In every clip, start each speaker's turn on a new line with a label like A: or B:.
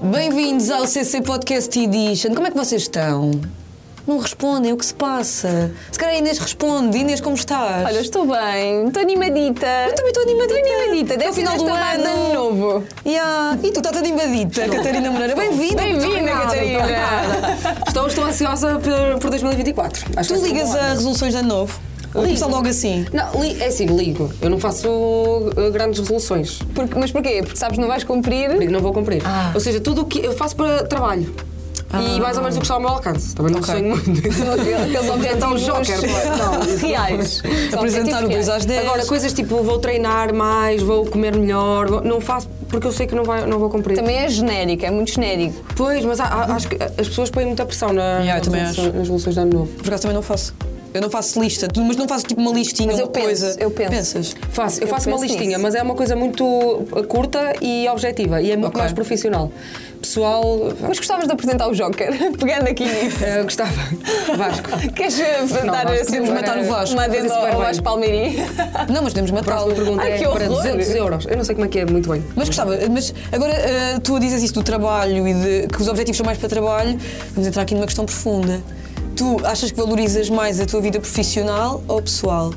A: Bem-vindos ao CC Podcast Edition. Como é que vocês estão? Não respondem, o que se passa? Se calhar a Inês responde. Inês, como estás?
B: Olha, estou bem, estou animadita.
A: Eu também estou animadita.
B: Estou animadita,
A: É o
B: deve
A: final do ano.
B: ano novo.
A: Yeah. E tu estás animadita, Catarina Moreira. Bem-vinda.
B: Bem-vinda,
A: Obrigada,
B: Catarina.
A: obrigada.
C: Estou, estou ansiosa por, por 2024. Acho que
A: Tu
C: vai ser
A: ligas
C: bom
A: a
C: ano.
A: resoluções de ano novo? Ou
C: Ligo.
A: começam logo assim?
C: Não, li- é assim, ligo. Eu não faço uh, grandes resoluções.
B: Porque- mas porquê? Porque sabes que não vais cumprir.
C: Digo, não vou cumprir.
A: Ah.
C: Ou seja, tudo o que eu faço para trabalho. E mais ou menos o que está ao meu alcance. Também não sonho muito.
B: Aqueles
A: um
C: Então,
B: objetivos
C: Joker,
A: é?
C: pá. Não, isso não
B: reais.
A: Apresentar
B: São
A: o
B: objetivos reais.
A: 2 às 10?
C: Agora, coisas tipo, vou treinar mais, vou comer melhor, vou- não faço porque eu sei que não, vai, não vou cumprir.
B: Também é genérico, é muito genérico.
C: Pois, mas há- há- acho que as pessoas põem muita pressão na,
A: Yeah, eu
C: nas,
A: também
C: resoluções, nas resoluções de ano novo.
A: Por acaso também não faço. Eu não faço lista, tu- mas não faço tipo uma listinha,
B: Mas eu
A: uma
B: penso,
A: coisa.
B: eu penso.
A: Pensas?
C: Faço, eu,
B: Eu
C: faço uma
B: penso
C: listinha,
B: nisso.
C: mas é uma coisa muito uh, curta e objetiva e é muito
A: Ok.
C: mais profissional. Pessoal,
B: Mas gostavas de apresentar o Joker, pegando aqui nisso.
C: eh, gostava. Vasco.
B: Queres eh, dar
C: Vasco,
B: assim,
C: podemos
B: uma-
A: matar o Vasco.
B: Uma
C: Fazer
B: adenda
C: super
B: ao
C: bem.
B: Vasco Palmeirim.
A: Não, mas temos
C: A próxima
A: Natal.
C: pergunta
B: Ai,
C: é
B: que
C: para
B: horror.
C: 200 euros. Eu não sei como é que é muito bem.
A: Mas gostava, mas agora eh, tu dizes isso do trabalho e de que os objetivos são mais para trabalho, vamos entrar aqui numa questão profunda. Tu achas que valorizas mais a tua vida profissional ou pessoal?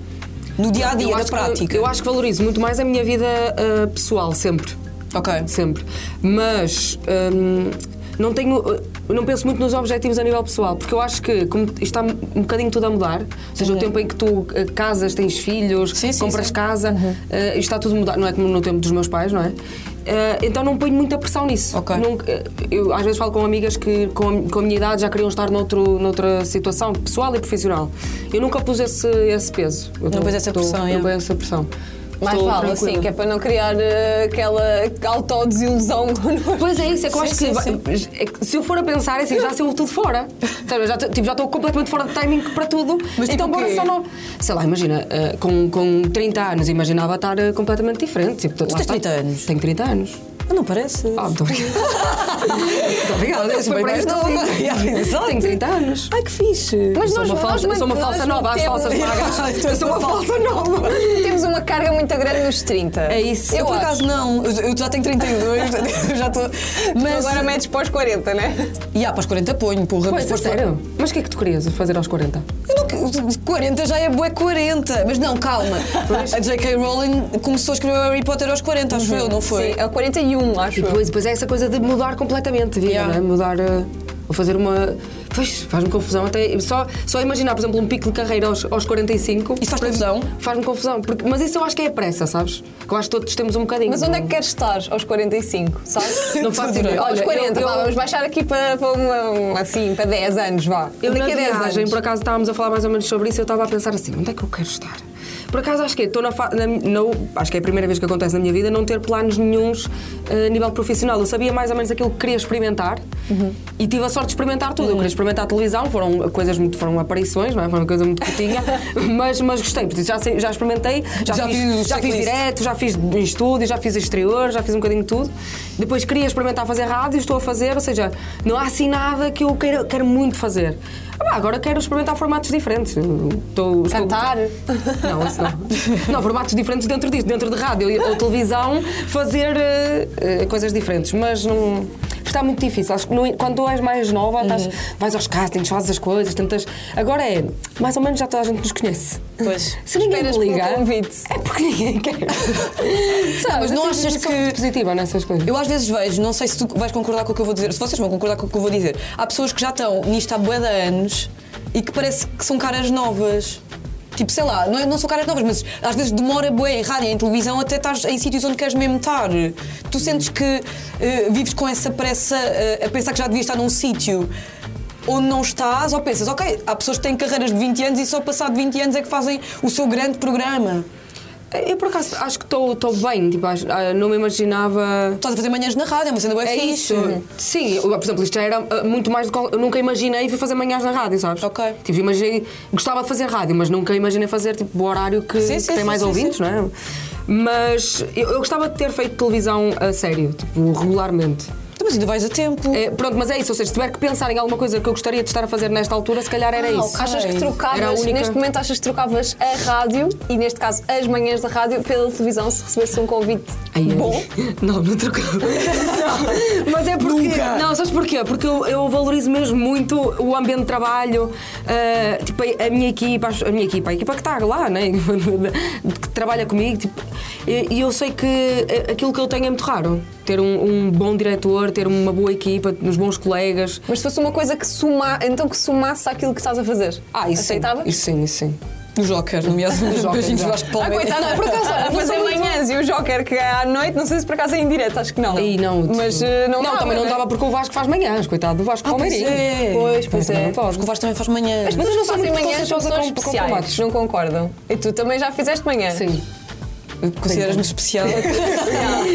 A: No dia a
C: Eu
A: dia, na
C: acho que-
A: prática.
C: eu acho que valorizo muito mais a minha vida eh, pessoal, sempre.
A: Ok.
C: Sempre. Mas. hum, não tenho. Não penso muito nos objetivos a nível pessoal, porque eu acho que como isto está um bocadinho tudo a mudar, ou seja, o tempo em que tu eh, casas, tens filhos,
A: Uhum. Sim, sim,
C: compras
A: sim. Uhum.
C: casa, eh, isto está tudo a mudar, não é como no tempo dos meus pais, não é? Eh, então não ponho muita pressão nisso.
A: Ok.
C: Nunca- eh, eu às vezes falo com amigas que com a, com a minha idade já queriam estar noutro, noutra situação pessoal e profissional. Eu nunca pus esse, esse peso. Eu tô-
A: pus essa
C: tô-
A: pressão, é.
C: Não pus essa pressão.
B: Mais
C: Estou
B: vale,
C: tranquila.
B: assim, que é para não criar eh, aquela autodesilusão connosco.
C: Pois é isso, é que
A: Sim,
C: eu acho
A: sim,
C: que,
A: sim.
C: vai- é que se eu for a pensar, é assim, já saiu tudo fora. Sabe, já t- tipo, já estou completamente fora de timing para tudo.
A: Mas tipo
C: então
A: o
C: bora
A: quê?
C: só não. Sei lá, imagina, eh, com, com 30 anos, imaginava estar eh, completamente diferente. Tipo, tu
A: tens 30 anos?
C: Tenho 30 anos.
A: Ah, não parece?
C: Ah, muito obrigada. muito obrigada.
A: Parece bem
C: Foi para
A: mais
C: isto que eu
A: nova.
C: vim.
A: Exato.
C: Tenho 30 anos.
A: Ai, que fixe!
B: Mas
C: Eu sou
B: nós-
C: uma
B: nós
C: falsa, eu sou uma
B: mant-
C: falsa
B: nós
C: nova, as
B: mantemos-
C: falsas pagas. Eu sou uma falsa nova.
B: Temos uma carga muito grande nos 30.
C: É isso.
A: Eu,
B: Eu
A: por
B: acho.
A: acaso não, eu eu já tenho 32, eu já estou. Mas.
B: Agora metes para os 40, né?
A: E há para os 40 ponho, porra.
C: Pois,
A: mas
C: a sério. Mas o que é que tu querias fazer aos 40?
A: Eu não- 40 já é bué 40. Mas não, calma. A J.K. Rowling começou a escrever Harry Potter aos 40, acho eu, não foi?
B: Sim, é o 41, acho.
C: E
B: eu.
C: depois, depois é essa coisa de mudar completamente, vida,
A: Yeah.
C: não é? Mudar. eh, Ou fazer uma. Pois, faz-me confusão. Até, só, só imaginar, por exemplo, um pico de carreira aos, aos 45.
A: Isso faz
C: para mim,
A: confusão?
C: Faz-me confusão. Porque, mas isso eu acho que é a pressa, sabes? Que eu acho que todos temos um bocadinho.
B: Mas onde é que queres estar aos 45, sabes?
C: Não faço ideia.
B: Olha, aos
C: Olha,
B: 40,
C: eu-
B: vá,
C: eu-
B: vamos baixar aqui para, para uma, um, assim, para 10 anos, vá.
C: Eu na
B: Daqui a 10
C: viagem,
B: anos.
C: por acaso estávamos a falar mais ou menos sobre isso, eu estava a pensar assim, onde é que eu quero estar? Por acaso acho que é, estou na, fa- na- não- acho que é a primeira vez que acontece na minha vida não ter planos nenhuns eh, a nível profissional. Eu sabia mais ou menos aquilo que queria experimentar e tive a sorte de experimentar tudo. Eu queria experimentar a televisão, foram coisas muito, foram aparições, não é? Foram coisa muito curtinha, mas, mas gostei, porque já, sei- já experimentei, já,
A: Já fiz o
C: fiz, já fiz
A: checklist.
C: direto, já fiz em estúdio, já fiz exterior, já fiz um bocadinho de tudo. Depois queria experimentar fazer rádio, estou a fazer, ou seja, não há assim nada que eu queira, quero muito fazer. Ah, pá, agora quero experimentar formatos diferentes. Eu Estou, estou...
B: Cantar?
C: Não, isso não. não, formatos diferentes dentro disso, dentro de rádio e- ou televisão, fazer eh, eh, coisas diferentes, mas não. Está muito difícil. Acho que no- quando tu és mais nova,
A: Uhum.
C: estás- vais aos castings, fazes as coisas, tentas. Agora é, mais ou menos já toda a gente nos conhece.
A: Pois.
C: Se ninguém me
B: Esperas pelo
C: liga,
B: convite.
C: é porque ninguém quer. Sabe,
A: mas não
C: eu
A: achas
C: sou
A: que-
C: muito positiva nessas coisas?
A: Eu às vezes vejo, não sei se tu vais concordar com o que eu vou dizer, se vocês vão concordar com o que eu vou dizer. Há pessoas que já estão nisto há bué de anos e que parece que são caras novas. Tipo, sei lá, não, é- não são caras novas, mas às vezes demora bué em rádio, em televisão, até estás em sítios onde queres mesmo estar. Tu sentes que eh, vives com essa pressa eh, a pensar que já devias estar num sítio onde não estás, ou pensas, ok, há pessoas que têm carreiras de 20 anos e só passado 20 anos é que fazem o seu grande programa.
C: Eu, por acaso acho que estou bem, tipo, acho- ah, não me imaginava.
A: Estás a fazer manhãs na rádio, é uma cena bué
C: É
A: fixe.
C: isso. Sim, eu, por exemplo, isto já era ah, muito mais do que eu nunca imaginei fui fazer manhãs na rádio, sabes?
A: Ok.
C: Tipo, imaginei, gostava de fazer rádio, mas nunca imaginei fazer tipo o horário que,
A: Sim,
C: que
A: sim,
C: tem
A: sim,
C: mais
A: sim,
C: ouvintes,
A: sim.
C: não é? Mas eu, eu gostava de ter feito televisão a sério, tipo, regularmente.
A: Então, Mas ainda vais a tempo.
C: É, pronto, mas é isso, ou seja, se tiver que pensar em alguma coisa que eu gostaria de estar a fazer nesta altura, se calhar era
B: Ah,
C: isso.
B: ok. Achas que
C: Era a
B: trocavas,
C: única-
B: neste momento achas que trocavas a rádio e neste caso as manhãs da rádio pela televisão se recebesse um convite
C: Ai, ai.
B: Bom.
C: Não, não trocou. Não, mas é porque.
A: Nunca.
C: Não, sabes porquê? Porque eu, eu valorizo mesmo muito o ambiente de trabalho, ah, tipo, a, a minha equipa, as- a minha equipa, a equipa que está lá, né? que trabalha comigo, tipo, e e eu sei que eh, aquilo que eu tenho é muito raro. Ter um, um bom diretor, ter uma boa equipa, uns bons colegas.
B: Mas se fosse uma coisa que suma, então que sumasse aquilo que estás a fazer. Ah, isso aceitava?
C: Isso sim, isso sim.
A: O Joker, nomeadamente.
C: Joker,
A: Beijinhos
C: exato.
A: Vasco
B: Ah,
A: Palmeiras.
B: coitada, por acaso, olha,
A: Mas é
B: fazer
A: muito-
B: manhãs e o Joker que é à noite, não sei se por acaso é em direto, acho que não.
C: E não,
B: Mas eh, não dava,
C: também não
B: né?
C: dava porque o Vasco faz manhãs, coitado do Vasco
A: Ah, pois
C: Palmeirinho.
A: é.
B: Pois, pois
C: Também
B: é.
C: não pode.
A: Acho que o Vasco também faz manhã.
B: Mas
C: eu
B: não
C: não sou
B: fazem
C: muito
B: manhãs, são
C: conceituosa
B: pessoas
C: com- com
B: especiais,
C: formatos.
B: não concordam. E tu também já fizeste manhã.
C: Sim.
A: Consideras-me especial?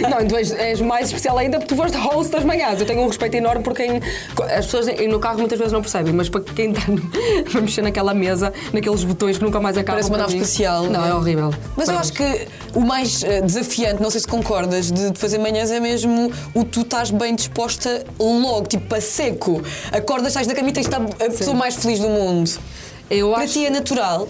C: Não, tu és, és mais especial ainda porque tu foste host das manhãs. Eu tenho um respeito enorme por quem. As pessoas em- no carro muitas vezes não percebem, mas para quem está no- a mexer naquela mesa, naqueles botões que nunca mais acabam.
A: Parece uma
C: para
A: nave
C: mim.
A: espacial. né?
C: Não, é horrível.
A: Mas eu acho que o mais eh, desafiante, não sei se concordas, de de fazer manhãs é mesmo o tu estás bem disposta logo, tipo a seco. Acordas, sais da cama e tens de estar a pessoa mais feliz do mundo.
C: Eu
A: Para
C: acho-
A: ti é natural.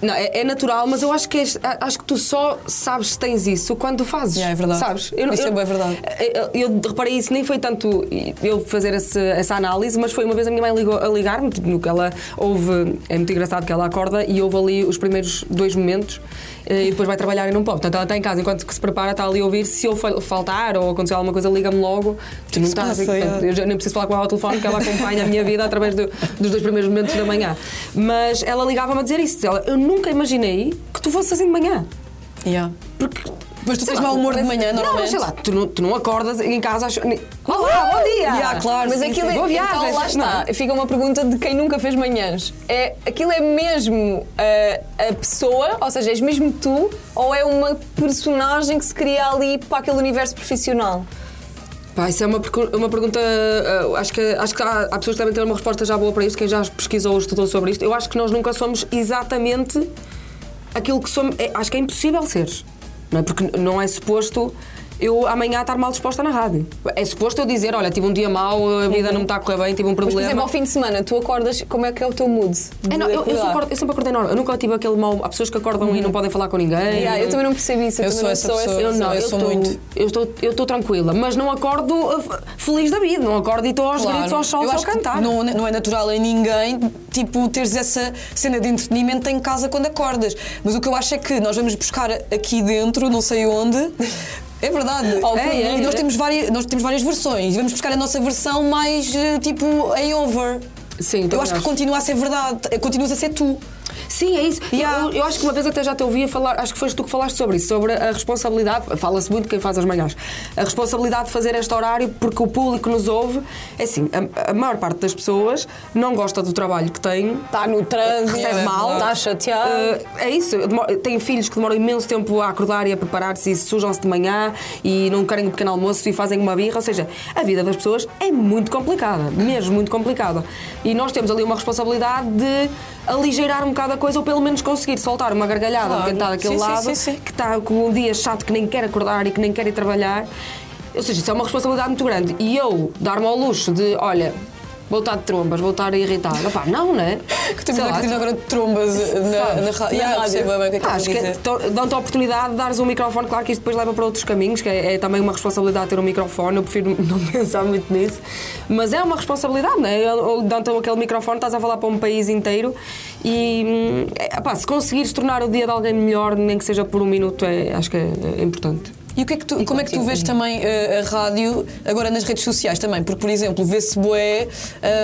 C: Não, é, é natural, mas eu acho que, és- a- acho que tu só sabes que tens isso quando fazes.
A: Yeah, é verdade.
C: Sabes?
A: Isso é bué verdade.
C: Eu, eu reparei isso, nem foi tanto eu fazer esse- essa análise, mas foi uma vez a minha mãe ligou, a ligar-me, tipo, no que ela ouve. É muito engraçado que ela acorda e ouve ali os primeiros dois momentos eh, e depois vai trabalhar e não pode. Portanto, ela está em casa, enquanto que se prepara, está ali a ouvir. Se eu fal- faltar ou acontecer alguma coisa, liga-me logo. Tu não
A: se
C: estás.
A: passa,
C: portanto,
A: é.
C: eu já nem preciso falar com ela ao telefone, que ela acompanha a minha vida através do- dos dois primeiros momentos da manhã. Mas ela ligava-me a dizer isso. Ela, eu nunca imaginei que tu fosses assim de manhã.
A: Yeah.
C: Porque.
A: Mas tu
C: sei
A: tens
C: lá,
A: mau humor de
C: parece-
A: manhã,
C: Não,
A: normalmente.
C: mas sei lá, tu não, tu não acordas em casa achas. nem- Olá, bom dia!
A: Yeah, claro,
B: Mas
A: sim,
B: aquilo
A: sim.
B: é.
C: Boa viagem.
B: Então, lá está. Fica uma pergunta de quem nunca fez manhãs. É, aquilo é mesmo eh, a pessoa, ou seja, és mesmo tu, ou é uma personagem que se cria ali para aquele universo profissional?
C: Pá, isso é uma, percu- uma pergunta. ah, acho que, acho que há, há pessoas que devem ter uma resposta já boa para isto, quem já pesquisou ou estudou sobre isto. Eu acho que nós nunca somos exatamente aquilo que somos. é- acho que é impossível seres. Não é? Porque não é suposto eu amanhã estar mal disposta na rádio. É suposto eu dizer: olha, tive um dia mau, a vida não me está a correr bem, tive um
B: Mas, por
C: problema.
B: exemplo, ao fim de semana, tu acordas, como é que é o teu mood? de
C: É, não, eu, eu
B: acordar?
C: sempre acordo- eu sempre acordei na hora. Eu nunca tive aquele mau. Há pessoas que acordam e não podem falar com ninguém.
B: Yeah, Uhum. eu também não percebi isso.
A: Eu
B: também
A: sou
B: não
A: essa
B: sou
A: pessoa.
C: Eu não,
A: Eu
C: eu,
A: sou
C: estou,
A: muito.
C: Eu estou, eu estou tranquila, mas não acordo uh, f- feliz da vida, não acordo e estou aos gritos, aos
A: Eu
C: solos, ao
A: acho que
C: cantar.
A: Não, não é natural em ninguém, tipo, teres essa cena de entretenimento em casa quando acordas. Mas o que eu acho é que nós vamos buscar aqui dentro, não sei onde. É verdade.
B: Ao
A: É,
B: fundo,
A: é,
B: né?
A: e nós temos, várias, nós temos várias versões. Vamos buscar a nossa versão mais, eh, tipo, em over.
C: Sim,
A: Eu
C: também
A: acho que
C: acho.
A: continua a ser verdade. eh, Continuas a ser tu.
C: Sim, é isso.
A: Yeah.
C: Eu, eu acho que uma vez até já te ouvia falar, acho que foste tu que falaste sobre isso, sobre a responsabilidade, fala-se muito de quem faz as manhãs, a responsabilidade de fazer este horário porque o público nos ouve. É assim, a, a maior parte das pessoas não gosta do trabalho que tem,
B: Está no trânsito,
C: recebe
B: é
C: mal,
B: verdade. está chateado.
C: Eh, é isso, eu demoro- eu tenho filhos que demoram imenso tempo a acordar e a preparar-se e sujam-se de manhã e não querem um pequeno almoço e fazem uma birra. Ou seja, a vida das pessoas é muito complicada, mesmo muito complicada. E nós temos ali uma responsabilidade de aligeirar um bocado a coisa ou pelo menos conseguir soltar uma gargalhada
A: Claro.
C: de quem está daquele
A: Sim, sim,
C: lado
A: sim, sim.
C: que está com um dia chato que nem quer acordar e que nem quer ir trabalhar. Ou seja, isso é uma responsabilidade muito grande. E eu dar-me ao luxo de, olha, vou estar de trombas, vou estar irritada. Opá, não, né?
A: É Que temos
C: Sei lá,
A: lá, que agora de trombas eh, na,
C: Sabes?
A: na, ra- Yeah, percebo bem o que é que
C: Pá,
A: estás a
C: acho que
A: dizer.
C: to- Ah, então, dão-te a oportunidade de dares um microfone, claro que isto depois leva para outros caminhos, que é, é também uma responsabilidade ter um microfone, eu prefiro não pensar muito nisso, mas é uma responsabilidade, não é? Eu- eu- Dão-te aquele microfone, estás a falar para um país inteiro e, hum, é, pá, se conseguires tornar o dia de alguém melhor, nem que seja por um minuto, é- acho que é, é importante.
A: E o que é que tu- como é que tu vês também eh, a rádio agora nas redes sociais também? Porque, por exemplo, vê-se bué,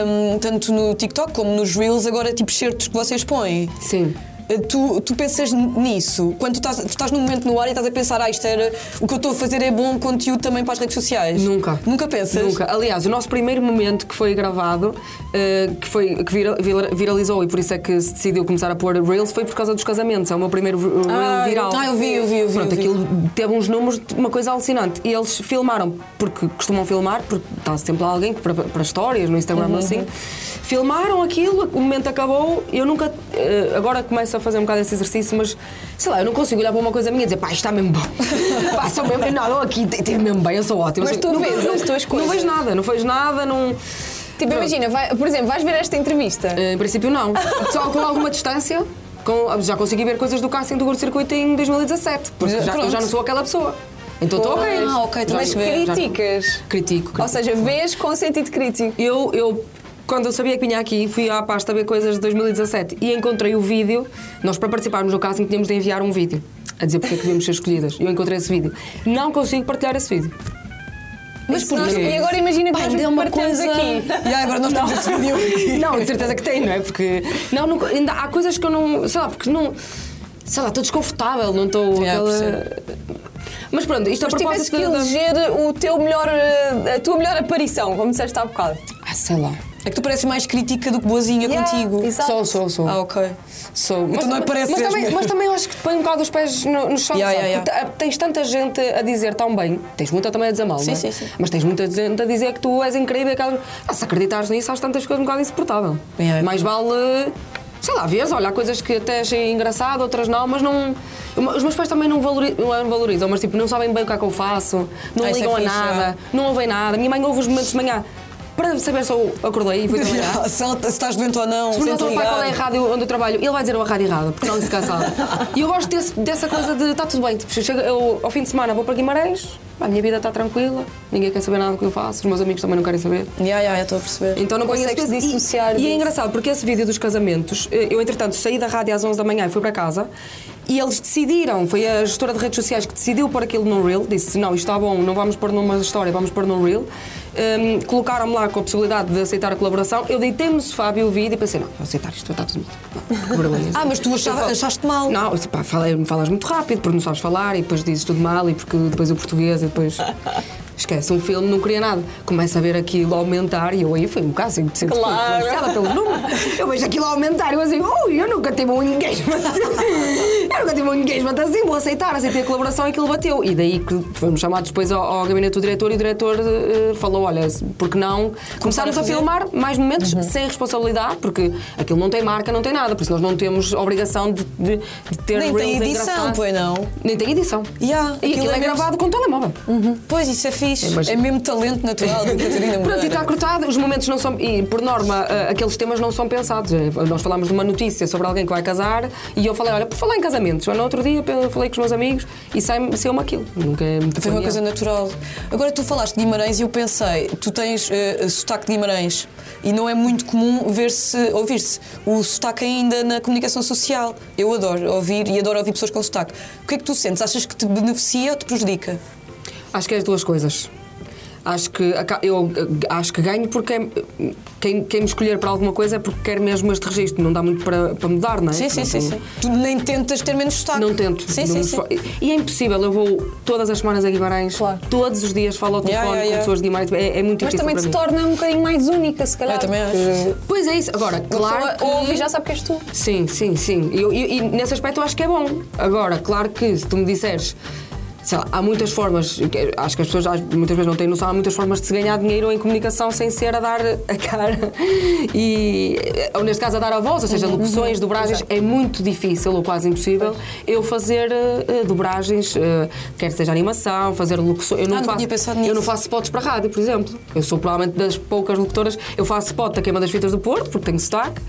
A: hum, tanto no TikTok como nos Reels, agora tipo certos que vocês põem.
C: Sim.
A: Eh, Tu, tu pensas n- nisso? Quando tu estás, tu estás num momento no ar e estás a pensar, ah, isto era o que eu estou a fazer é bom conteúdo também para as redes sociais?
C: Nunca.
A: Nunca pensas?
C: Nunca. Aliás, o nosso primeiro momento que foi gravado, eh, que, foi, que vira- vira- viralizou e por isso é que se decidiu começar a pôr Reels, foi por causa dos casamentos. É o meu primeiro v- Reel
A: Ah,
C: viral.
A: ah, eu vi, eu vi, eu vi,
C: Pronto,
A: eu vi.
C: aquilo teve uns números, de uma coisa alucinante. E eles filmaram, porque costumam filmar, porque está sempre lá alguém que para, para histórias no Instagram
A: Uhum.
C: ou assim. Filmaram aquilo, o momento acabou. Eu nunca. eh, agora começo a fazer um bocado esse exercício, mas sei lá, eu não consigo olhar para uma coisa minha e dizer, pá, isto está mesmo bom. pá, sou mesmo. Não, eu aqui teve mesmo bem, eu sou ótima. assim.
B: Mas tu
C: Não-
B: vês
C: não-
B: as tuas
C: Não
B: coisas.
C: vejo nada, não vejo nada, não.
B: Tipo, imagina, vai- por exemplo, vais ver esta entrevista.
C: Eh, Em princípio, não. Só com alguma distância. ah, com- já consegui ver coisas do casting do Gordo Circuito em 2017. Porque
A: Já-
C: já, eu
A: pronto.
C: já não sou aquela pessoa. Então estou ok.
A: Ah, ok,
C: Já
A: também
C: estou-
A: percebi.
C: já-
B: Criticas.
C: Critico, critico.
B: Ou seja, vês com sentido crítico.
C: eu, eu, quando eu sabia que vinha aqui, fui à pasta ver coisas de 2017 e encontrei o vídeo. Nós, para participarmos no casting, tínhamos de enviar um vídeo a dizer porque é que devíamos ser escolhidas. Eu encontrei esse vídeo. Não consigo partilhar esse vídeo.
A: Mas
B: Isso
A: porquê?
B: nós- E agora imagina que
A: Pai,
B: nós
A: deu uma
B: partilhamos
A: coisa...
B: aqui.
A: E agora nós estamos a decidir aqui.
C: Não, de certeza que tem, não é? Porque. Não, não- ainda há coisas que eu não. Sei lá, porque não. Sei lá, estou desconfortável, não estou.
A: Yeah,
C: aquela... Mas pronto, isto é a
B: Mas tivesse
C: propósito
B: que
C: da- da-
B: eleger o teu melhor, eh, a tua melhor aparição, como disseste há bocado.
C: Ah, sei lá.
A: É que tu pareces mais crítica do que boazinha
B: Yeah,
A: contigo.
B: exato.
C: Sou, sou, sou.
A: Ah, ok.
C: Sou. Mas,
A: Então não é parece
C: mas,
A: mesmo.
C: também, mas também eu acho que põe um bocado os pés no, no chão,
A: Yeah,
C: sabe?
A: yeah,
C: Porque t- Tens tanta gente a dizer tão bem, tens muita também a dizer mal,
A: Sim,
C: não é?
A: sim, sim.
C: Mas tens muita gente a dizer que tu és incrível. Aquela... Ah, se acreditares nisso, acho tantas coisas um bocado insuportável.
A: Yeah.
C: Mais vale, sei lá, vês, olha, há coisas que até achei engraçado, outras não, mas não. Os meus pais também não valori- não valorizam, mas tipo, não sabem bem o que é que eu faço, não
A: Ah, isso é
C: ligam a
A: fixe,
C: nada, não ouvem nada. Minha mãe ouve os momentos de manhã para saber se eu acordei e fui trabalhar.
A: Yeah, se, ela- se estás doente ou não,
C: Se me
A: sem te
C: perguntam pai
A: ligar.
C: qual é a rádio onde eu trabalho, ele vai dizer uma rádio errada, porque não se cansada. e eu gosto desse- dessa coisa de está tudo bem. Tipo, chega, eu, ao fim de semana vou para Guimarães, a minha vida está tranquila, ninguém quer saber nada do que eu faço, os meus amigos também não querem saber.
A: Yeah, yeah, eu estou a perceber.
C: Então não
B: Consegues
C: conheço esse-
B: dissociar
C: E, e é
B: disso.
C: engraçado porque esse vídeo dos casamentos, eh, eu entretanto saí da rádio às 11 da manhã e fui para casa e eles decidiram, foi a gestora de redes sociais que decidiu pôr aquilo no Reel, disse não, isto está bom, não vamos pôr numa história, vamos pôr no Reel. Hum, Colocaram-me lá com a possibilidade de aceitar a colaboração. Eu deitei-me no sofá, vi o vídeo e pensei, não, vou aceitar isto, está tudo mal. Que vergonha.
A: Ah, mas tu achava- achaste mal.
C: Não, eu disse, pá, falei, falas muito rápido, porque não sabes falar e depois dizes tudo mal e porque depois o português e depois. Esquece, um filme não queria nada. Começa a ver aquilo aumentar e eu aí fui um bocado assim, sempre fui
B: Claro.
C: influenciada pelo número. Eu vejo aquilo aumentar e eu assim, ui, eu nunca tive um engagement. eu nunca tive um engagement assim, vou aceitar, aceitei a colaboração e aquilo bateu. E daí que fomos chamados depois ao, ao gabinete do diretor e o diretor eh, falou: olha, porque não começarmos
A: a
C: a,
A: fazer.
C: filmar mais momentos
A: Uhum.
C: sem responsabilidade, porque aquilo não tem marca, não tem nada, por isso nós não temos obrigação de, de- de ter
A: Nem tem
C: reels
A: edição,
C: engraçados.
A: pois não.
C: Nem tem edição.
A: Yeah,
C: e aquilo é,
A: mesmo-
C: gravado com telemóvel.
A: Pois, isso é fixe.
C: Imagina.
A: É mesmo talento natural da Catarina
C: Pronto, e
A: Moreira.
C: está cortado. Os momentos não são. E por norma, ah, aqueles temas não são pensados. Eh, Nós falámos de uma notícia sobre alguém que vai casar e eu falei: olha, por falar em casamentos, no outro dia eu falei com os meus amigos e sai-me- saiu-me aquilo. Nunca é muito
A: Foi uma
C: planeado.
A: coisa natural. Agora tu falaste de Guimarães e eu pensei, tu tens eh, sotaque de Guimarães e não é muito comum ver-se, ouvir-se o sotaque ainda na comunicação social. Eu adoro ouvir e adoro ouvir pessoas com sotaque. O que é que tu sentes? Achas que te beneficia ou te prejudica?
C: Acho que é as duas coisas. Acho que aca- eu eh, acho que ganho porque é- quem, quem me escolher para alguma coisa é porque quer mesmo este registro, não dá muito para, para mudar, não é?
A: Sim, sim,
C: Portanto,
A: sim, sim. Tu nem tentas ter menos sotaque.
C: Não tento.
A: Sim,
C: não
A: sim,
C: me
A: sim.
C: esfor- E é impossível, eu vou todas as semanas a Guimarães,
B: Claro.
C: todos os dias falo ao
A: Yeah,
C: telefone
A: yeah, yeah.
C: com pessoas de Guimarães, é, é muito
B: Mas
C: difícil
B: também
C: para
B: te
C: mim.
B: torna um bocadinho mais única, se calhar.
A: Eu também acho.
B: porque
C: Pois é isso, agora,
B: a
C: claro
B: pessoa
C: que...
B: ouve e já sabe que és tu.
C: Sim, sim, sim. E, eu- e- e nesse aspecto eu acho que é bom. Agora, claro que se tu me disseres. Sei lá, há muitas formas, que- acho que as pessoas às- muitas vezes não têm noção, há muitas formas de se ganhar dinheiro em comunicação sem ser a dar a cara e, ou neste caso, a dar a voz,
A: Uhum.
C: ou seja, locuções, dobragens, é muito difícil ou quase impossível eu fazer eh, dobragens, eh, quer seja animação, fazer locuções. Eu não,
A: Ah, não
C: faço,
A: tinha pensado
C: eu
A: nisso.
C: não faço spots para rádio, por exemplo. Eu sou provavelmente das poucas locutoras. Eu faço spot da queima das fitas do Porto, porque tenho sotaque,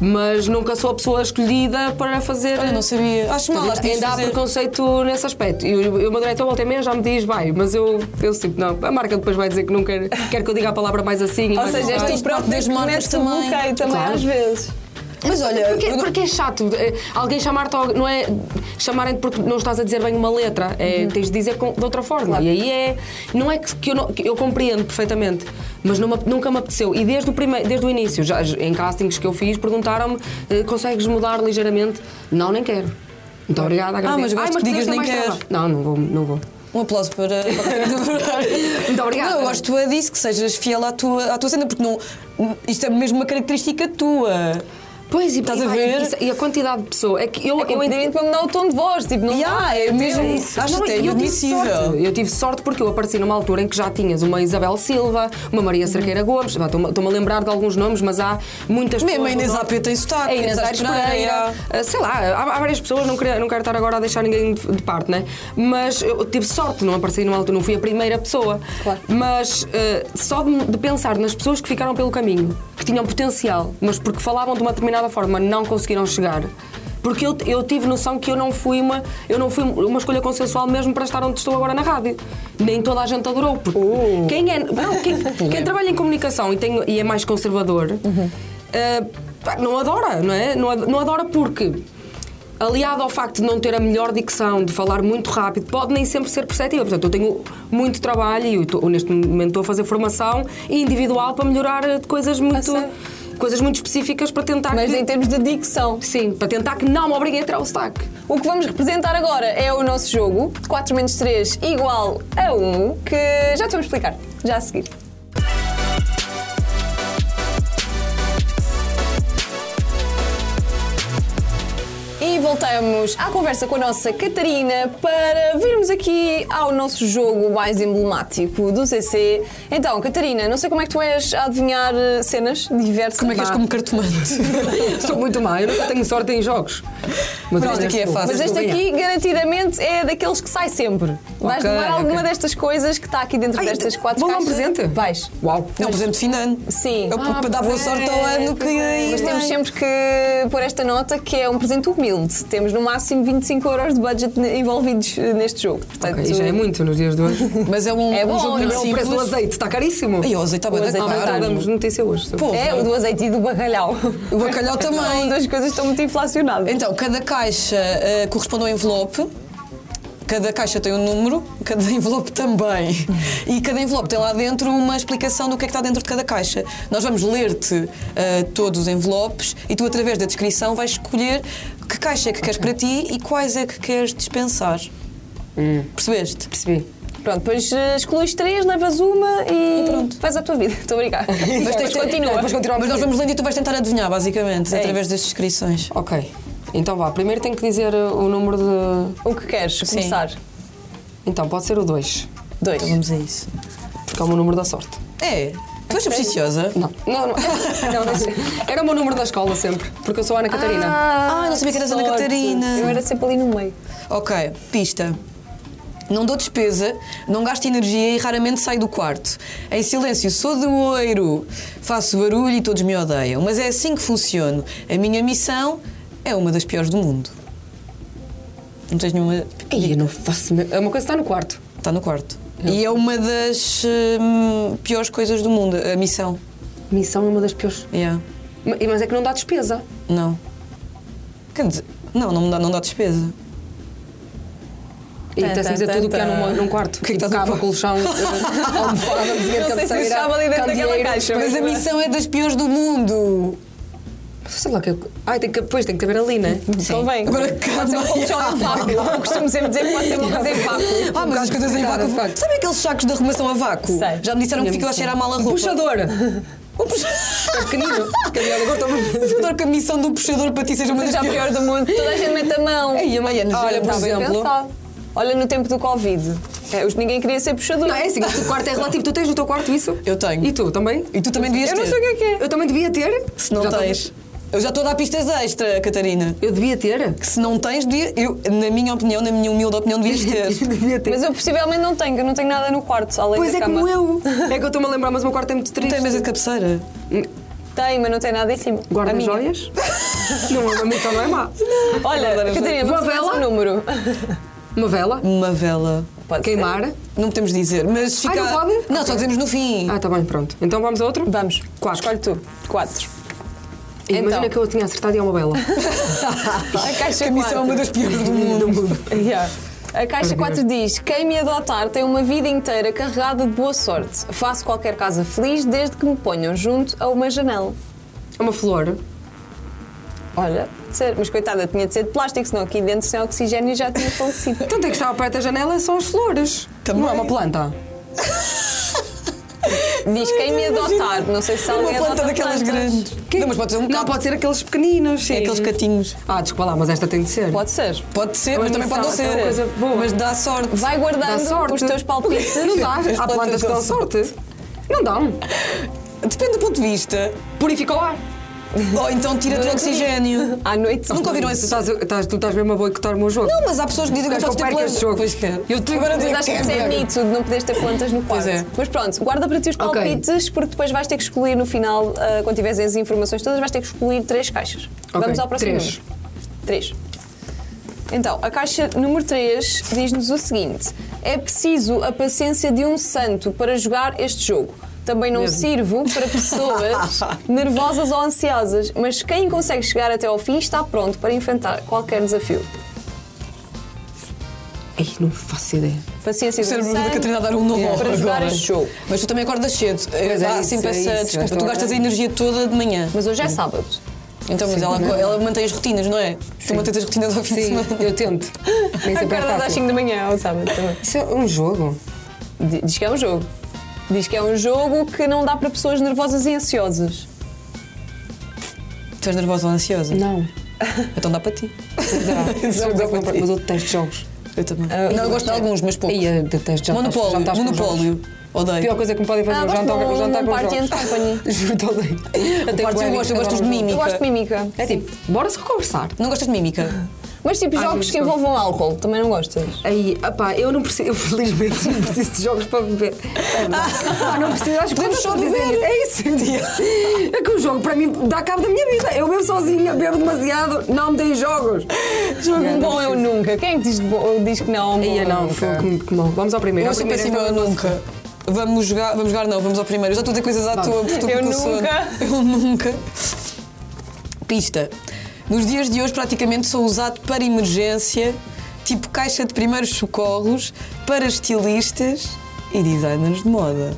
C: mas nunca sou a pessoa escolhida para fazer.
B: Ah,
A: Olha, não sabia. Acho mal, acho que devias
C: Ainda há
A: fazer.
C: preconceito nesse aspecto. E o o meu diretor volta e meia já me diz, vai, mas eu penso tipo, não, a marca depois vai dizer que não quer, quer que eu diga a palavra mais assim. e
B: Ou
C: mais
B: seja, és
C: assim.
A: faz
B: tu
A: parte
B: próprio
A: das
B: que
A: marcas
B: metes o
A: também.
B: bloqueio também
C: Claro.
B: às vezes.
A: Mas olha,
C: Porque,
A: eu não-
C: porque é chato. eh, Alguém chamar-te, ao- não é chamarem-te porque não estás a dizer bem uma letra, é, tens de dizer com- de outra forma. E aí é. Não é que, que eu, não- que eu compreendo perfeitamente, mas não me- nunca me apeteceu. E desde o, prime, desde o início, já, em castings que eu fiz, perguntaram-me: eh, consegues mudar ligeiramente? Não, nem quero. Muito obrigada, agradeço.
A: mas gosto
C: Ai,
A: que digas,
C: podias ter
A: nem
C: mais
A: quero.
C: trabalho. Não, não vou, não vou.
A: Um aplauso para, para a Catarina Moreira.
C: Muito obrigada.
A: Não, eu gosto é disso, que sejas fiel à tua, à tua cena, porque não, isto é mesmo uma característica tua.
C: Pois, e
A: Estás a
C: e vai,
A: ver?
C: isso- E a quantidade de pessoa. É que eu,
B: É
C: eu
B: completamente para mudar o tom de voz. Tipo, não
A: Yeah,
B: dá,
A: é
B: teu.
A: mesmo
B: Sim,
A: isso. Acho até
C: e eu tive
A: inadmissível.
C: sorte. Eu tive sorte porque eu apareci numa altura em que já tinhas uma Isabel Silva, uma Maria
A: Uhum.
C: Cerqueira Gomes, vá, estou-me estou-me a lembrar de alguns nomes, mas há muitas
A: Mesmo a
C: pessoas.
A: Inês
C: no-
A: AP tem sotaque,
C: A Inês
A: Inês
C: Aires
A: Aires
C: Pereira,
A: Pereira.
C: ah, sei lá, há, há várias pessoas, não, queria, não quero estar agora a deixar ninguém de, de parte, né? Mas eu tive sorte, não apareci numa altura, não fui a primeira pessoa.
B: Claro.
C: Mas ah, só de, de pensar nas pessoas que ficaram pelo caminho, que tinham potencial, mas porque falavam de uma determinada forma, não conseguiram chegar. Porque eu, eu tive noção que eu não fui uma eu não fui uma escolha consensual mesmo para estar onde estou agora na rádio. Nem toda a gente adorou. Porque quem, é, não, quem, quem trabalha em comunicação e, tem, e é mais conservador eh, pá, não adora, não é? Não ad- não adora porque aliado ao facto de não ter a melhor dicção, de falar muito rápido, pode nem sempre ser perceptível. Portanto, eu tenho muito trabalho e eu estou- neste momento estou a fazer formação individual para melhorar eh, coisas muito,
B: sério?
C: coisas muito específicas para tentar
B: Mas
C: que-
A: é-
B: em termos de dicção.
C: Sim, para tentar que não me obriguem a tirar o sotaque.
B: O que vamos representar agora é o nosso jogo 4 menos 3 igual a 1, que já te vamos explicar, já a seguir. E voltamos à conversa com a nossa Catarina para virmos aqui ao nosso jogo mais emblemático do CC. Então, Catarina, não sei como é que tu és a adivinhar eh, cenas diversas.
A: Como é que és
B: Vá.
A: como cartomante?
C: Sou muito má, eu nunca tenho sorte em jogos. Mas,
A: este
C: olha,
A: aqui é
C: sou-
A: fácil.
B: Mas este
C: ganhar.
B: aqui, garantidamente, é daqueles que sai sempre. Vais
C: Ok,
B: levar alguma
C: ok.
B: destas coisas que está aqui dentro
C: Ai,
B: destas quatro
C: vou lá um
B: caixas.
C: presente?
B: Vais.
C: Uau.
A: É um presente de fim de ano.
B: Sim.
A: Eu
C: Ah,
A: dava
C: pois
A: a
C: é,
A: sorte ao ano que
C: pois é.
B: Mas
A: aí
B: temos
A: vem.
B: sempre que pôr esta nota que é um presente humilde. Temos no máximo 25 euros de budget ne- envolvidos eh, neste jogo. Portanto,
C: Ok, e já é muito nos dias de hoje.
A: Mas é um,
B: É
A: um
B: bom,
A: jogo muito
B: é um
C: o preço do
A: simples.
C: azeite está caríssimo.
A: E o azeite está
B: O
A: bem
B: azeite
A: caro.
B: está
C: Ah, damos notícia hoje. sobre-
A: Pô,
B: É, o do azeite e do bacalhau.
A: O bacalhau
B: São
A: também.
B: duas coisas que estão muito inflacionadas.
A: Então, cada caixa eh, corresponde a um envelope. Cada caixa tem um número, cada envelope também. E cada envelope tem lá dentro uma explicação do que é que está dentro de cada caixa. Nós vamos ler-te eh, todos os envelopes e tu, através da descrição, vais escolher que caixa é que queres para ti e quais é que queres dispensar. Hum. Percebeste?
C: Percebi.
B: Pronto, depois eh, excluís três, levas uma e,
A: E pronto.
B: faz a tua vida. Estou obrigada. Mas tens
A: que-
B: continua.
A: Mas nós vamos lendo e tu vais tentar adivinhar, basicamente,
B: É
A: através das descrições.
C: Ok. Então vá, primeiro tenho que dizer uh, o número de.
B: O que queres?
A: Sim.
B: Começar?
C: Então, pode ser o 2,
B: Dois.
A: Então vamos a isso.
C: porque é o meu número da sorte.
A: É. Tu és supersticiosa?
C: Não, não, não. não, não. Era o meu número da escola sempre, porque eu sou a Ana Catarina.
A: Ah, não sabia que eras Ana
B: sorte.
A: Catarina.
B: Eu era sempre ali no meio.
A: Ok, pista. Não dou despesa, não gasto energia e raramente saio do quarto. Em silêncio sou de oiro, faço barulho e todos me odeiam. Mas é assim que funciono. A minha missão é uma das piores do mundo. Não tens nenhuma.
C: Ai, eu não faço. me- É uma coisa que está no quarto.
A: Está no quarto. E é uma das hum, piores coisas do mundo, a missão.
C: Missão é uma das piores.
A: Yeah.
C: Ma- Mas é que não dá despesa.
A: Não. Quer dizer, não, não, me dá, não dá despesa.
C: E
B: Tan,
C: até se
B: tan,
C: dizer
B: tan,
C: tudo o que há
B: tan.
C: num, num quarto.
A: O que é que está no
C: cama,
A: quarto?
C: colchão, eh, almofada,
B: Não
C: mesinha,
B: sei se isso
C: cabeceira,
B: estava ali dentro daquela
C: candeeiro,
B: caixa,
A: Mas a
C: espelho.
A: missão é das piores do mundo.
C: Sei lá o que é. que- Ai, tem que, pois, tem que caber ali, né?
B: Convém.
A: Agora
B: Pode ser um
A: calma.
B: colchão em vácuo. Costumo sempre dizer que pode ser um uma coisa em vácuo.
A: Ah, mas as coisas em
C: complicado,
A: vácuo.
C: de facto.
A: Sabe aqueles sacos de arrumação a vácuo?
B: Sei.
A: Já me disseram que
C: Minha
A: ficou a
C: missão.
A: cheirar mal a roupa.
C: Puxador!
A: O puxador.
C: É pequenino. Que aliás, agora estou-
A: Eu adoro que a missão do puxador para ti seja uma das
B: Seja a
A: piores.
B: pior do mundo. Toda a gente mete a mão.
A: Ei, a mãe é nojenta.
B: Olha, por
A: Está bem
B: exemplo.
A: pensado.
B: Olha, no tempo do Covid. É, os- ninguém queria ser puxador.
C: Não, é assim, o quarto é relativo. Tu tens no teu quarto isso?
A: Eu tenho.
C: E tu também?
A: E tu também devias
B: Eu não
A: ter.
B: sei o que é que é.
C: Eu também devia ter?
A: Se não
C: Já estou-
A: tens. Eu já estou a dar pistas extra, Catarina.
C: Eu devia ter?
A: Que se não tens, devia, eu, na minha opinião, na minha humilde opinião, devias ter.
C: devia ter.
B: Mas eu possivelmente não tenho, que eu não tenho nada no quarto, além
C: pois
B: da
C: é
B: cama.
C: como eu. É que eu estou-me a lembrar, mas o meu quarto é muito triste.
A: Tem mesa de cabeceira.
B: Tenho, mas não tenho nada em cima. A
C: Guarda
B: minha.
C: joias? não, a missão não é má.
B: Olha, Catarina,
C: Uma
B: vamos fazer
C: vela?
B: um número.
C: Uma vela?
A: Uma vela.
B: Pode ser.
C: Queimar?
A: Não podemos dizer, mas
C: Ai,
A: fica.
C: não pode?
A: Ah, Não, só dizemos no fim.
C: Ah, tá bem, pronto. Então vamos a outro?
B: Vamos.
C: Quatro.
B: Escolhe tu. Quatro.
C: Imagina
B: Então.
C: que eu tinha acertado e é uma bela.
B: A
A: Que
B: caixa
A: a missão é uma
B: 4.
A: das piores do mundo.
B: Yeah. A caixa 4 diz: Quem me adotar tem uma vida inteira carregada de boa sorte. Faço qualquer casa feliz desde que me ponham junto a uma janela.
C: É uma flor.
B: Olha, de ser- mas coitada, tinha de ser de plástico, senão aqui dentro sem oxigênio já tinha falecido.
C: Então tem que estar perto da janela são as flores.
A: Também.
C: Não é uma planta.
B: Diz quem me adotar. Não sei se
A: É uma
B: alguém
A: planta
B: adota
A: daquelas
B: plantas.
A: grandes.
C: Que-
A: Não, mas pode ser um
C: Não,
A: bocado.
C: pode ser aqueles pequeninos, sim.
A: É aqueles catinhos.
C: Ah, desculpa lá, mas esta tem de ser.
B: Pode ser.
A: Pode ser,
C: Uma
A: mas também pode não
C: missão, é
A: ser.
C: uma coisa boa.
A: Mas dá sorte.
B: Vai
C: Dá
B: guardando
C: sorte.
B: os teus palpites.
C: Não dá.
A: As
C: Há
A: plantas
C: plantas que
A: dão
C: dão sorte. Não dão.
A: Depende do ponto de vista.
C: Purifica o ar.
A: Ou então tira-te o oxigênio.
B: À noite.
A: Nunca ouviram
C: Tu
A: esse.
C: estás, estás- tu estás mesmo a boicotar o meu jogo.
A: Não, mas há pessoas que dizem que
C: Queres
A: eu posso
C: que
A: ter
C: eu perca este jogo?
A: Pois quero.
C: Eu tenho-
A: Agora
B: Mas
A: digo
B: acho que isso é
A: quero.
B: nítido de não poderes ter plantas no quarto.
A: é.
B: Mas pronto, guarda para ti os
C: Ok.
B: palpites, porque depois vais ter que escolher no final, ah, quando tiveres as informações todas, vais ter que escolher três caixas.
C: Ok,
B: Vamos ao próximo.
C: Três.
B: número. 3. Então, a caixa número 3 diz-nos o seguinte: É preciso a paciência de um santo para jogar este jogo. Também não
C: Mesmo.
B: sirvo para pessoas nervosas ou ansiosas, mas quem consegue chegar até ao fim está pronto para enfrentar qualquer desafio.
C: Ai, não faço ideia.
B: Paciência
A: O
B: de um
A: cérebro da
B: santo
A: Catarina a dar um novo
B: para
A: agora.
B: jogar este jogo.
A: Mas tu também acordas cedo.
C: é
A: Há
C: isso,
A: sempre
C: é
A: essa
C: isso, eu
A: desculpa. Tu
C: estou-
A: gastas a energia toda de manhã.
B: Mas hoje é sábado.
A: Então, mas ela, ela mantém as rotinas, não é? Tu mantens as rotinas ao fim de
C: Sim,
A: semana.
C: eu tento. Nem sempre é
B: Acordas às
C: fácil.
B: 5 da manhã ao sábado também.
C: Isso é um jogo.
B: Di- Diz que é um jogo. Diz que é um jogo que não dá para pessoas nervosas e ansiosas.
A: Tu és nervosa ou ansiosa?
C: Não.
A: Então dá para ti.
C: Não, não, não, é mas eu detesto jogos.
A: Eu também.
C: Ah,
A: não, eu gosto de alguns, mas poucos.
C: Aí eu detesto jantares-
A: Monopólio,
C: jantares tá- com jogos.
A: monopólio.
C: A
A: Odeio.
C: pior coisa que me podem fazer
B: Ah,
C: é um
B: gosto
C: jantar,
B: de um-
C: jantar
B: um
C: com
B: party
C: jogos.
B: and company.
C: Juro, odeio. Até
A: party eu
C: polémica,
A: gosto, eu gosto dos mimos.
B: Eu
C: adoro
A: Mímica.
B: gosto de mímica.
C: É tipo, bora só conversar.
A: Não gostas de mímica?
B: Mas tipo
C: Às
B: jogos
C: vezes
B: que
C: gosto.
B: envolvam álcool, também não gostas?
C: Aí, opá, eu não preciso, eu felizmente não preciso de jogos para beber. Ah, não preciso, acho que
A: Podemos
C: podemos
A: só
C: só dizer
A: beber.
C: isso. É isso. É que o jogo para mim dá cabo da minha vida. Eu bebo sozinha, bebo demasiado, não me deem jogos.
B: Jogo
C: Não, não
B: bom eu
C: preciso.
B: nunca. Quem é que diz, de bo- diz que não? é um bom
C: Aí,
B: eu
C: não,
B: nunca?
C: foi que, que mal. Vamos ao primeiro.
A: Eu
C: Ao
A: sou
C: primeiro,
A: péssima, eu
C: então,
A: nunca. Vamos jogar, vamos jogar não, vamos ao primeiro. Eu já estou a dizer coisas à toa porque estou
B: Eu
A: com sono.
B: nunca.
A: Eu nunca. Pista. Nos dias de hoje praticamente sou usado para emergência, tipo caixa de primeiros socorros, para estilistas e designers de moda.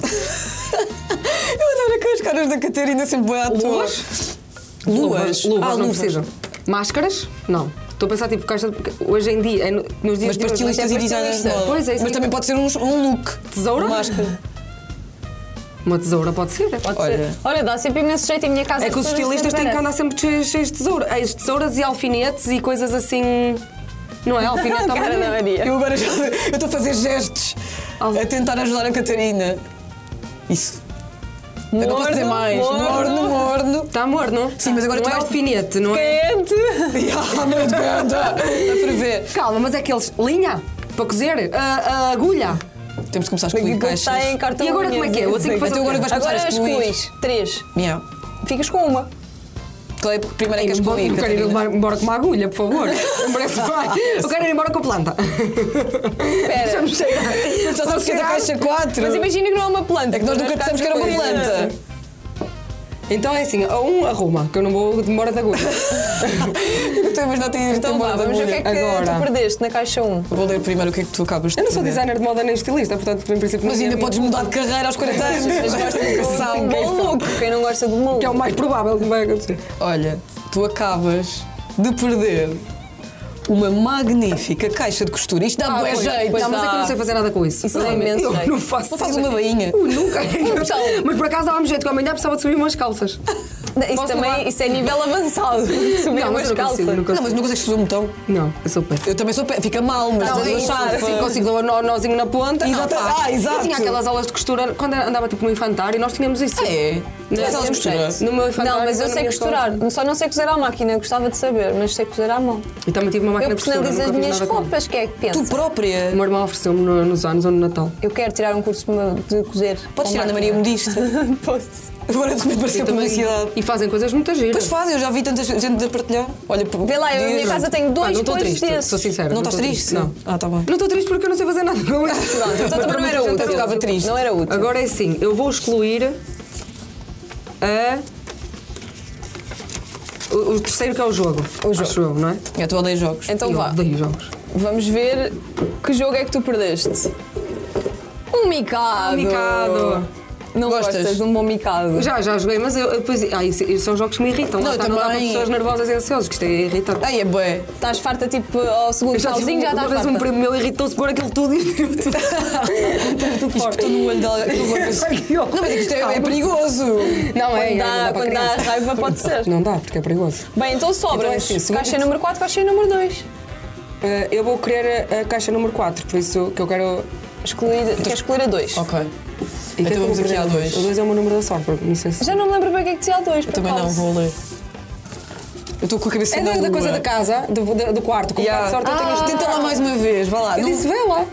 A: Eu adoro aquelas caras da Catarina sempre bem à toa.
C: então, Luas?
A: Luvas.
C: Luvas,
A: Ah,
C: não
A: luvas.
C: precisam. Máscaras? Não. Estou a pensar, tipo, caixa de... Hoje em dia, é no- nos
A: Mas
C: dias de
A: para
C: hoje,
A: estilistas e
C: até
A: designers de
C: estilista.
A: moda.
C: Pois é, isso
A: Mas
C: aí.
A: também pode ser um, um look.
C: Tesoura?
A: Uma Máscara.
C: Uma tesoura pode ser.
B: Pode
A: Olha.
B: ser. Olha, dá sempre imenso jeito em minha casa.
C: É que os
B: todas
C: estilistas têm que
B: aparecem.
C: andar sempre cheios cheios de tesoura. As tesouras e alfinetes e coisas assim. Não é?
B: Cara
C: Alfinete
B: da
C: alfinete.
B: Maria. Oh.
A: Eu agora já eu estou a fazer gestos
C: Alvo.
A: a tentar ajudar a Catarina. Isso. eu não posso dizer
B: Morno,
A: mais.
B: morno.
A: Morno, morno.
C: Está morno.
A: Sim, mas agora
C: não
A: tu
C: é
A: vais-
C: alfinete, não é?
B: Quente!
A: E ah, meu Deus, a ferver.
C: Calma, mas é aqueles. Linha para cozer, a, a agulha.
A: Temos de começar a
B: Que
A: excluir caixas.
B: está em cartão
C: E agora como é que é? Eu tenho que fazer
A: Então
C: o
A: agora
C: quê?
A: vais começar
B: Agora é
A: a excluir.
B: excluís. Três.
A: Miau.
B: Ficas com uma.
A: Qual é a primeira que
C: Eu
A: és excluir?
C: quero ir
A: Catarina?
C: embora com uma agulha, por favor. Não parece bem. Eu quero ir embora com a planta.
B: Espera.
C: Deixa-me chegar.
A: Já sabes que é da caixa 4.
B: Mas imagina tá que não é uma planta.
A: É que nós nunca dissemos que era uma planta.
C: Então é assim, a um arruma, que eu não vou embora da agulha.
A: Eu estou a imaginar ter ido
B: Então
A: embora
B: vá,
A: da
B: vamos ver o que é
A: mulher.
B: que tu
C: Agora.
B: perdeste na caixa 1.
A: Vou ler primeiro o que é que tu acabas de
C: Eu não sou
A: escrever.
C: designer de moda nem estilista, portanto, em princípio. não é
A: Mas
B: é
A: ainda
C: tinha-
A: podes mudar de carreira aos 40 anos. Mas gosto de
B: Um
A: educação.
B: bom look. Quem não gosta de um look.
C: Que é o mais provável que vai acontecer.
A: Olha, tu acabas de perder uma magnífica caixa de costura. Isto dá bué
B: pois,
A: jeito.
B: pois
C: não, mas é que eu não sei fazer nada com isso.
B: Isso dá
C: não,
B: imenso
C: eu
B: jeito.
C: não faço.
A: Só faz uma bainha.
C: Eu nunca.
B: Então.
C: mas por acaso dava-me jeito que amanhã precisava de subir umas calças.
B: Isso
C: Posso
B: também
C: levar?
B: isso é nível avançado. Subir
C: Não,
B: umas
C: mas eu não consigo,
B: calças.
C: não
A: Não,
C: consigo.
A: mas não consegues fazer um botão.
C: Não, eu sou péssima.
A: Eu também sou pé. Fica mal, mas
C: Não,
A: estás a
C: eu
A: achar.
C: consigo, consigo dar um nó- nozinho na ponta.
A: Exato.
C: Não, faço.
A: Ah, exato.
C: Eu tinha aquelas aulas de costura, quando andava tipo no infantário, nós tínhamos isso.
A: É. Tu és
C: Não,
A: aulas de costura.
C: No meu infantário,
B: Não, mas eu
C: na
B: sei
C: minha
B: costurar.
C: escola.
B: Só não sei cozer à máquina. Gostava de saber, mas sei cozer à mão.
C: E também tive uma máquina
B: Eu
C: de costura.
B: personalizo as
C: nunca fiz
B: minhas
C: nada com-
B: roupas. Quem é que
A: Tu
B: pensa?
A: própria.
C: O meu irmão ofereceu-me no- nos anos ou no Natal.
B: Eu quero tirar um curso de cozer. um
A: Podes tirar da Maria Modista.
B: Posso.
A: Agora de repente pareceu publicidade.
C: E fazem coisas muito giras.
A: Pois fazem, eu já vi tanta gente a partilhar. Olha,
B: Vê lá, eu em
A: dias-
B: minha casa tenho dois
C: não estou
B: coisas
C: triste,
B: desses.
C: sou sincera.
A: Não
C: estou
A: estás triste?
C: Não.
A: Ah, tá bem.
C: Não estou triste porque eu não sei fazer nada com isso.
B: Pronto, então também não era
C: Mas
B: útil.
C: eu ficava
A: triste.
B: Não era útil.
C: Agora é sim, eu vou excluir a. O, o terceiro que é o jogo.
B: O jogo.
C: Acho eu, não é?
A: Eu estou a odeio jogos.
B: Então
C: eu
B: vá.
C: odeio jogos.
B: Vamos ver que jogo é que tu perdeste. Um micado.
C: Um micado.
B: Não
A: Gostas?
B: gostas? de um bom micado.
C: Já, já joguei, mas eu, eu depois. Ah, isso, isso são jogos que me irritam.
A: Não,
C: Lá está, não dá para
A: também.
C: pessoas nervosas e ansiosas, que isto é irritante.
A: Ai, é bué.
B: Estás farta tipo ao segundo
C: Eu já tive
B: pauzinho, Ah, já
C: uma
B: estás
C: vez um
B: farta.
C: primo meu irritou-se por aquilo tudo e tudo. tudo fora.
A: Estou no olho dela. Não, mas isto é, é perigoso.
C: Não, é,
B: Quando
C: é,
B: dá,
C: não dá para
B: quando dá
C: criança.
B: raiva pode ser.
C: Não dá, porque é perigoso.
B: Bem, então sobra
C: Então é assim, segundo-
B: caixa número 4, caixa número 2.
C: Eh, eu vou querer a, a caixa número 4, por isso que eu quero.
B: Escolher, quer escolher a 2.
A: Ok.
C: E
A: Então
C: que é que eu
A: vamos
C: vou
A: aqui
C: querer?
A: à dois.
C: O 2 é o meu número da sorte, porque não sei se.
B: Já não me lembro bem o que é que tinha a 2.
A: Também não, vou ler. Eu estou com a cabeça
C: É
A: na
C: da, da
A: lua.
C: coisa da casa, do, do, do quarto, com
A: Yeah.
C: yeah. sorte eu tenho
A: Ah,
C: este.
A: Tenta lá mais uma vez, vá lá.
C: Eu
A: Não-
C: disse vela.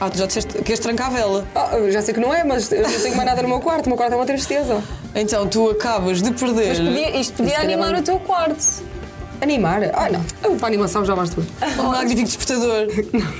A: Ah, tu já disseste que queres trancar a vela.
C: Ah, eu já sei que não é, mas eu não tenho mais nada no meu quarto, o meu quarto é uma tristeza.
A: Então tu acabas de perder.
B: Mas podia, isto
C: Se
B: podia
C: calhar
B: animar
C: não-
B: o teu quarto.
C: Animar? Ah, não. Eu para animação já basta.
A: Um magnífico despertador.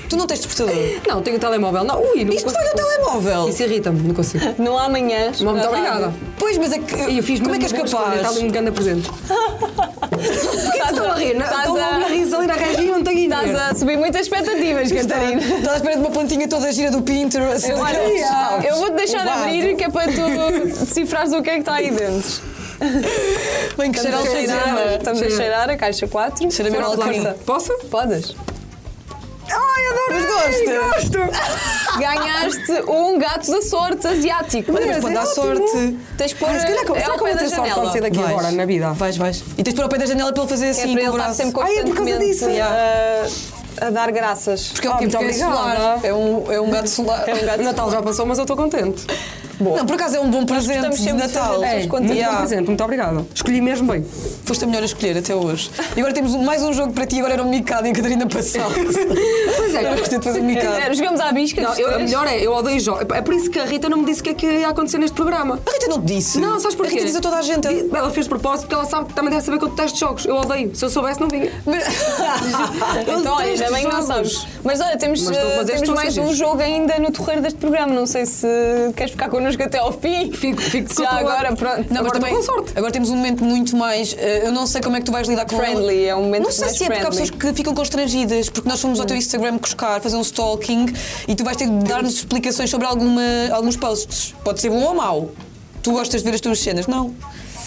A: tu não tens despertador.
C: Não, tenho o telemóvel. Não, ui, não
A: Isto
C: consigo.
A: foi do telemóvel.
C: Isso irrita-me, não consigo.
B: Não há manhãs.
C: Mas
B: na
C: muito
B: rádio.
C: obrigada.
A: Pois, mas é que.
C: E eu fiz
A: como é que és
C: mesmo uma escolha,
A: capaz?
C: Está ali um grande presente.
B: Estás
C: Estão a rir,
A: é?
C: não?
B: estás
C: Estão a ouvir risos ali na região, não tenho
B: Estás
C: ideia.
B: a subir muitas expectativas, Catarina.
A: Estás à espera de uma plantinha toda a gira do Pinterest.
B: Eu, olha,
A: daqueles sabes?
B: eu vou-te deixar
A: Um vaso.
B: abrir que é para tu decifrares o que é que está aí dentro.
A: Bem que cheira
B: Estamos a cheirar,
A: alfazema.
B: estamos a
C: Cheira.
B: cheirar a caixa 4.
A: Cheira mesmo a
B: Força,
A: alecrim.
B: força.
C: Posso?
B: Podes.
C: Ai, adoro!
A: Mas gosto.
B: Ganhaste um gato da sorte asiático.
A: Olha, mas
B: Mas
A: pode dar
B: é ótimo.
A: sorte.
B: Tens de pôr
C: Ai, se
B: é
C: calhar, será
B: ao
C: que eu
B: pé
C: vou
B: da
C: ter sorte
B: janela.
C: quando sair daqui
A: Vais.
C: agora, na vida?
A: Vais, vais. E tens de pôr ao pé da janela para ele fazer
B: É
A: assim
B: para
A: com
B: ele
A: o
B: estar
A: braço.
B: sempre
C: Ai, é por causa
B: constantemente
C: disso.
B: a, a dar graças. Oh,
A: Porque é um
C: Ah,
A: tipo que
C: muito
A: é solar.
C: obrigada.
A: É um, é um gato solar.
B: É um gato
C: O Natal já passou, mas eu estou contente.
A: Não, por acaso é um bom presente
B: gostamos
A: de
B: sempre de
A: Natal.
B: fazer
A: É.
B: essas coisas.
C: muito
A: Yeah.
C: bom presente, muito obrigada. Escolhi mesmo bem.
A: Foste a melhor a escolher até hoje. E agora temos um- mais um jogo para ti. Agora era um micado em Catarina Passal.
C: Pois
A: Agora gostei de fazer um micado.
B: Era, Jogamos à bisca.
C: Não,
B: os
C: eu, a
B: três.
C: melhor é, eu odeio jogos. É por isso que a Rita não me disse o que é que ia acontecer neste programa.
A: A Rita não te disse.
C: Não, sabes porquê?
A: A Rita diz a toda a gente.
C: Di- Ela fez de propósito porque ela sabe que também deve saber que eu detesto jogos. Eu odeio. Se eu soubesse, não vinha. Eu
B: Então, olha,
C: detesto
B: ainda bem que não
C: jogos.
B: sabes. Mas olha, temos,
C: Mas estou a
B: eh,
C: fazer
B: temos
C: estou a
B: mais
C: fazer.
B: um jogo ainda no torreiro deste programa. Não sei se queres ficar connosco até ao fim.
C: Fico, fico
B: Já
C: com-
B: agora,
A: Não,
B: pronto.
A: mas
C: Agora estou
A: também-
C: com sorte.
A: Agora temos um momento muito mais. eh, eu não sei como é que tu vais lidar com
B: Friendly,
A: ela.
B: é um momento
A: Não sei
B: mais
A: se é porque há
B: friendly.
A: pessoas que ficam constrangidas, porque nós fomos ao teu Instagram buscar, fazer um stalking e tu vais ter de dar-nos explicações sobre alguma, alguns posts. Pode ser bom ou mau. Tu gostas de ver as tuas cenas? Não.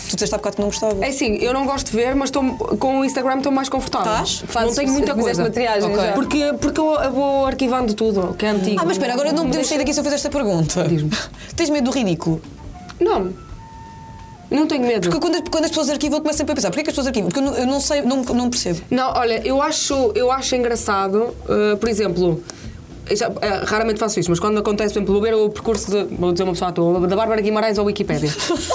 A: Tu disseste há bocado que não gostava.
C: É assim, eu não gosto de ver, mas estou- com o Instagram estou mais confortável.
A: Estás?
C: não
B: Fazes-
C: tenho muita
B: fizeste
C: coisa.
B: matriagem
C: Ok.
B: já.
C: Porque, porque eu eu vou arquivando tudo, o que é antigo.
A: Ah, mas espera, agora não podemos sair daqui se eu fizer esta pergunta.
C: Diz-me.
A: Tens medo do ridículo?
C: Não. Não tenho medo.
A: Porque quando, quando as pessoas arquivam, eu começo sempre a pensar: porquê que as pessoas arquivam? Porque eu não, eu não sei, não, não percebo.
C: Não, olha, eu acho, eu acho engraçado, uh, por exemplo, eu já, uh, raramente faço isto, mas quando acontece, por exemplo, vou ver o percurso de, vou dizer uma pessoa à toa, da Bárbara Guimarães ao Wikipédia.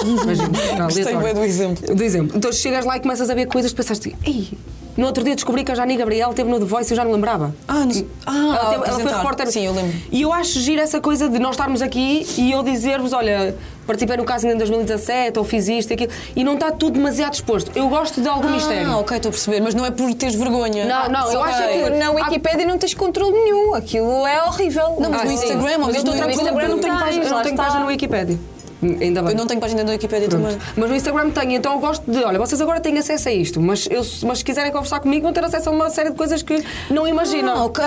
C: Imagina, não,
A: Gostei
C: aleatório.
A: bem do exemplo.
C: Do exemplo. Então chegas lá e começas a ver coisas que pensaste, ei, no outro dia descobri que a Jani Gabriel teve no The Voice e eu já não lembrava.
A: Ah, não sei. Ah,
C: ela, teve- ela foi
A: apresentar.
C: repórter.
A: Sim, eu lembro.
C: E eu acho giro essa coisa de nós estarmos aqui e eu dizer-vos: olha, participei no casting em 2017 ou fiz isto e aquilo, e não está tudo demasiado exposto. Eu gosto de algum mistério.
A: Ah, ok, estou a perceber, mas não é por teres vergonha. é.
C: Não, não, eu
A: Ok.
C: acho
B: Aquilo
C: que-
B: na Wikipédia não tens controle nenhum. Aquilo é horrível.
A: Não, mas
B: Ah,
A: no
B: sim.
A: Instagram, ou
B: Mas
A: mesmo
B: no
A: no
B: Instagram
A: Instagram
C: não tenho
B: tens,
C: página,
B: lá
C: não tenho
B: está.
C: página no Wikipédia. Hum, Ainda bem.
A: Eu não tenho página da Wikipédia também.
C: Mas no Instagram tenho, então eu gosto de. Olha, vocês agora têm acesso a isto, mas, eu, mas se quiserem conversar comigo vão ter acesso a uma série de coisas que não imaginam.
A: Ah, ok.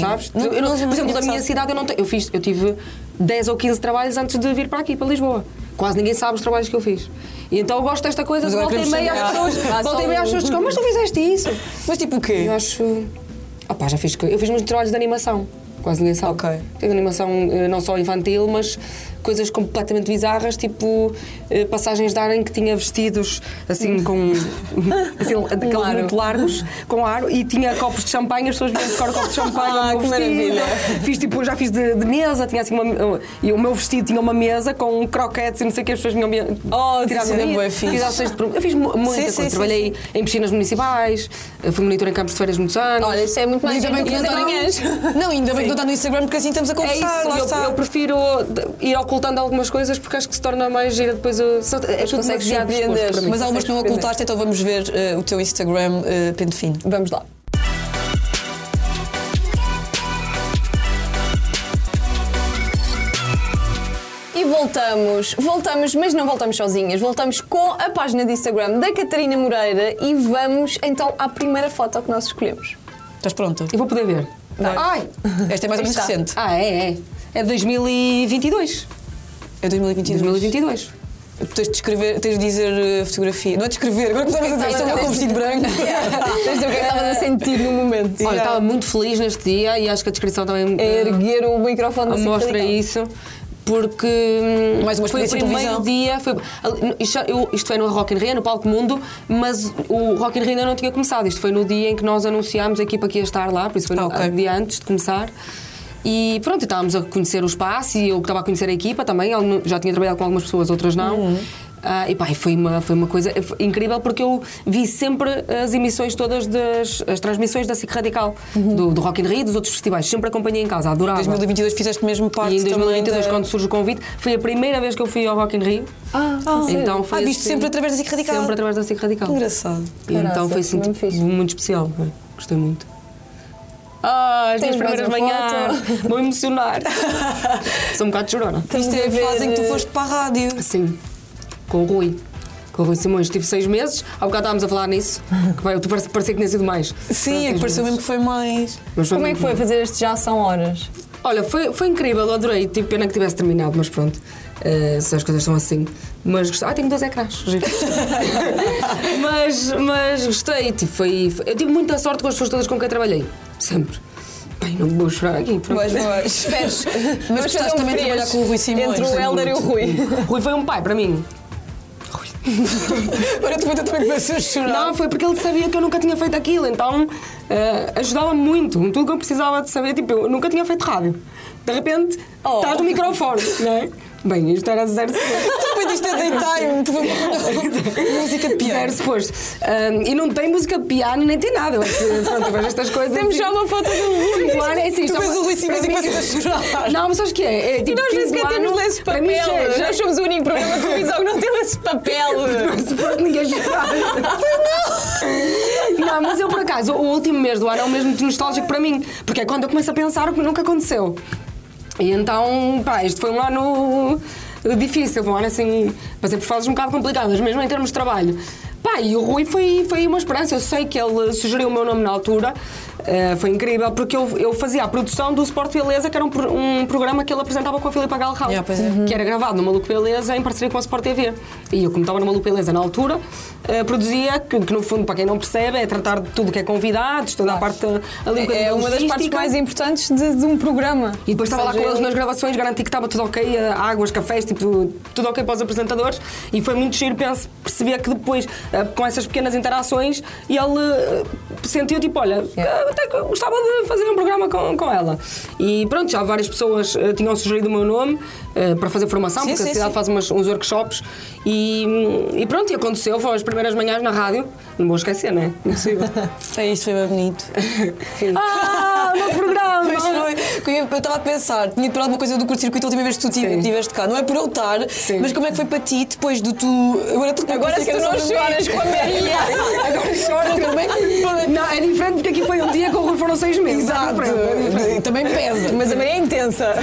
C: Sabes? eu não, por exemplo, da minha cidade eu não tenho. Eu, fiz, eu tive 10 ou 15 trabalhos antes de vir para aqui, para Lisboa. Quase ninguém sabe os trabalhos que eu fiz. E então eu gosto desta coisa
A: Mas
C: de
A: agora
C: volta e
A: queremos
C: meia às
A: saber.
C: pessoas.
B: Ah,
C: Volta e meia
B: só
C: às pessoas ficam, mas tu fizeste isso.
A: Mas tipo o quê?
C: Eu acho. Opá, já fiz. co- Eu fiz muitos trabalhos de animação. Quase ninguém sabe.
A: Ok.
C: Tenho animação eh, não só infantil, mas coisas completamente bizarras, tipo eh, passagens de ar em que tinha vestidos
A: Hum.
C: assim com. assim, daqueles
B: aro.
C: muito largos, com aro, e tinha copos de champanhe, as pessoas vinham buscar o copo de champanhe.
B: Ah,
C: o meu
B: que maravilha.
C: Fiz tipo, já fiz de, de mesa, tinha assim uma. E o meu vestido tinha uma mesa com croquetes e não sei o que, as pessoas vinham.
B: Oh,
C: tirar
B: sim,
A: é bué
C: comida.
A: fixe.
C: Fiz ações de prom- Eu fiz mu- muita
A: Sim,
C: coisa.
A: sim, sim,
C: Trabalhei em piscinas municipais, eh, fui monitor em campos de feiras muitos anos.
B: Olha, isso é muito mais
A: Ainda bem
B: giro
A: que
B: que
A: não
B: fazer
A: está
B: manhãs.
A: no... Não, ainda bem que não está no Instagram, porque assim estamos a
C: é
A: conversar,
C: isso,
A: lá
C: eu,
A: está.
C: eu prefiro de- ir ocultando algumas coisas porque acho que se torna mais gira depois. Eu, só, é tudo
B: consegues
C: demasiado
B: surpreender.
C: exposto para mim.
A: Mas há umas que não
B: Consegues
A: ocultaste, então vamos ver eh, o teu Instagram eh, pente fino.
B: Vamos lá. E voltamos, voltamos, mas não voltamos sozinhas, voltamos com a página de Instagram da Catarina Moreira e vamos então à primeira foto que nós escolhemos.
A: Estás pronta?
C: Eu vou poder ver.
A: Vai.
C: Ai!
A: Esta é mais ou menos
B: Está.
A: recente.
C: Ah, é, é. É de 2022.
A: É 2022.
C: 2022.
A: Tens de descrever, tens de dizer eh, fotografia. Não é descrever, agora começamos a dizer, estou eu com um vestido branco.
B: Tens de ver o que é que estavas a sentir no momento.
C: Olha,
A: Yeah.
C: estava muito feliz neste dia e acho que a descrição também
B: É erguer o microfone
C: eh,
B: assim
C: mostra
B: radical.
C: isso. Porque hum,
A: Mais uma
C: foi o
A: experiência de televisão.
C: primeiro dia. Foi, isto, já- eu- isto foi no Rock in Rio, no Palco Mundo, mas o Rock in Rio ainda não tinha começado. Isto foi no dia em que nós anunciámos a equipa que ia estar lá, por isso foi
A: Ah,
C: no
A: ok.
C: dia antes de começar. E pronto,
A: Uhum.
C: estávamos a conhecer o espaço e eu que estava a conhecer a equipa também. Eu não- Já tinha trabalhado com algumas pessoas, outras não. Ah, e pá, e foi uma, foi uma coisa incrível porque eu vi sempre as emissões todas das as transmissões da SIC Radical,
A: Uhum.
C: do, do Rock in Rio e dos outros festivais. Sempre acompanhei em casa, adorava.
A: Em 2022 fizeste mesmo parte
C: E em 2022,
A: também da...
C: quando surge o convite, foi a primeira vez que eu fui ao Rock in Rio.
B: Ah,
C: então foi
A: Ah, viste
C: assim,
A: sempre através da SIC Radical.
C: Sempre através da SIC Radical.
A: Engraçado.
C: E
B: Caraca,
C: então foi assim,
B: mesmo
C: tipo,
B: fixe.
C: muito especial. não é? Gostei muito. Ah, as
B: Temos
C: minhas
B: mais
C: primeiras
B: uma
C: manhãs. Vou emocionar. Sou um bocado chorona.
A: Isto é a
B: Estamos a
A: fase em que tu
B: ver, eh,
A: foste para a rádio.
C: Sim, com o Rui. Com o Rui Simões. Tive seis meses. Há bocado estávamos a falar nisso. Que, bem, tu parece, parecia que tinha sido mais. Foram
A: Sim, é que
C: seis
A: pareceu
C: meses.
A: mesmo que foi mais.
C: Mas
B: Como é que
C: muito
B: foi
C: bom.
B: fazer este Já São Horas?
C: Olha, foi, foi incrível. Eu adorei. Tipo, pena que tivesse terminado, mas pronto. Eh, se as coisas são assim. Mas gostei. Ah, tenho dois ecrãs. giro. mas, mas gostei. Tipo, foi, foi- eu tive muita sorte com as pessoas todas com quem trabalhei. Sempre. Bem, não vou chorar aqui. pronto.
A: Mas, mas.
B: Esperes.
A: Mas um gostaste também de trabalhar com o Rui Simões. é?
B: um Entre o
A: Sim,
B: Helder e o Rui.
C: Rui foi um pai para mim.
A: Agora também também começou a chorar.
C: Não, foi porque ele sabia que eu nunca tinha feito aquilo, então eh, ajudava-me muito. Tudo o que eu precisava de saber, tipo, eu nunca tinha feito rádio. De repente,
B: Oh.
C: estás no microfone, não é? Bem, isto era zero suposto.
A: Depois disto é deitar-me, tu foi uma música de piano.
C: Zero suposto. Ah, e não tem música de piano, nem tem nada. Eu acho que, Pronto, eu vejo estas coisas.
B: Temos já uma foto do Rui.
C: Cinco anos, é assim,
A: Tu
C: isto é
A: vês
C: uma-
A: o Rui Simões
C: para
A: e
C: mim-
A: começas a chorar.
C: Não, mas sabes o que é? É,
B: E
C: tipo,
B: nós nem
C: cinco
B: sequer temos
C: anos,
B: lenço de
C: para mim já é-
B: papel. né?
C: já é
B: Nós somos o único programa de televisão que não tem lenço de papel.
C: suposto ninguém chorar. Não, mas eu por acaso, o último mês do ano é o mesmo nostálgico para mim, porque é quando eu começo a pensar o que nunca aconteceu. E então, pá, este foi um ano difícil, um ano assim, passei por fases um bocado complicadas, mesmo em termos de trabalho. Pá, e o Rui foi, foi uma esperança. Eu sei que ele sugeriu o meu nome na altura, eh, foi incrível, porque eu, eu fazia a produção do Sport Beleza, que era um, pro- um programa que ele apresentava com a Filipa Galrão,
B: Ah,
A: Yeah, pois é.
B: Uhum.
C: que era gravado no Maluco Beleza em parceria com a Sport TV. E eu, como estava no Maluco Beleza na altura, eh, produzia, que, que no fundo, para quem não percebe, é tratar de tudo que é convidados, toda a parte ali um bocadinho
B: É
C: da
B: uma das partes
C: logística.
B: mais importantes de, de um programa.
C: E depois estava lá com
B: Ou seja,
C: eles nas gravações, garanti que estava tudo ok, eh, águas, cafés, tipo, tudo ok para os apresentadores. E foi muito giro penso, perceber que depois, eh, com essas pequenas interações, ele eh, sentiu tipo, olha, eh, até que eu gostava de fazer um programa com, com ela. E pronto, já várias pessoas eh, tinham sugerido o meu nome eh, para fazer formação,
A: Sim,
C: porque
A: sim,
C: a cidade
A: sim.
C: faz umas- uns workshops. E, e pronto, e aconteceu, foram as primeiras manhãs na rádio. Não vou esquecer, não é? Impossível.
A: É isto, foi bem bonito.
C: ah, o nosso programa!
A: Mas foi, que eu estava a pensar, tinha parado uma coisa do curto-circuito a última vez que tu
C: Sim.
A: estiveste cá. Não é por eu estar,
C: Sim.
A: mas como é que foi para ti depois do tu. Agora, tu,
B: Agora se tu não choras com a Maria.
C: Agora choro também. Não, é diferente porque aqui foi um dia com o Rui foram seis meses. É
A: Exato,
C: diferente, é diferente.
A: também pesa.
B: Mas a Maria é intensa.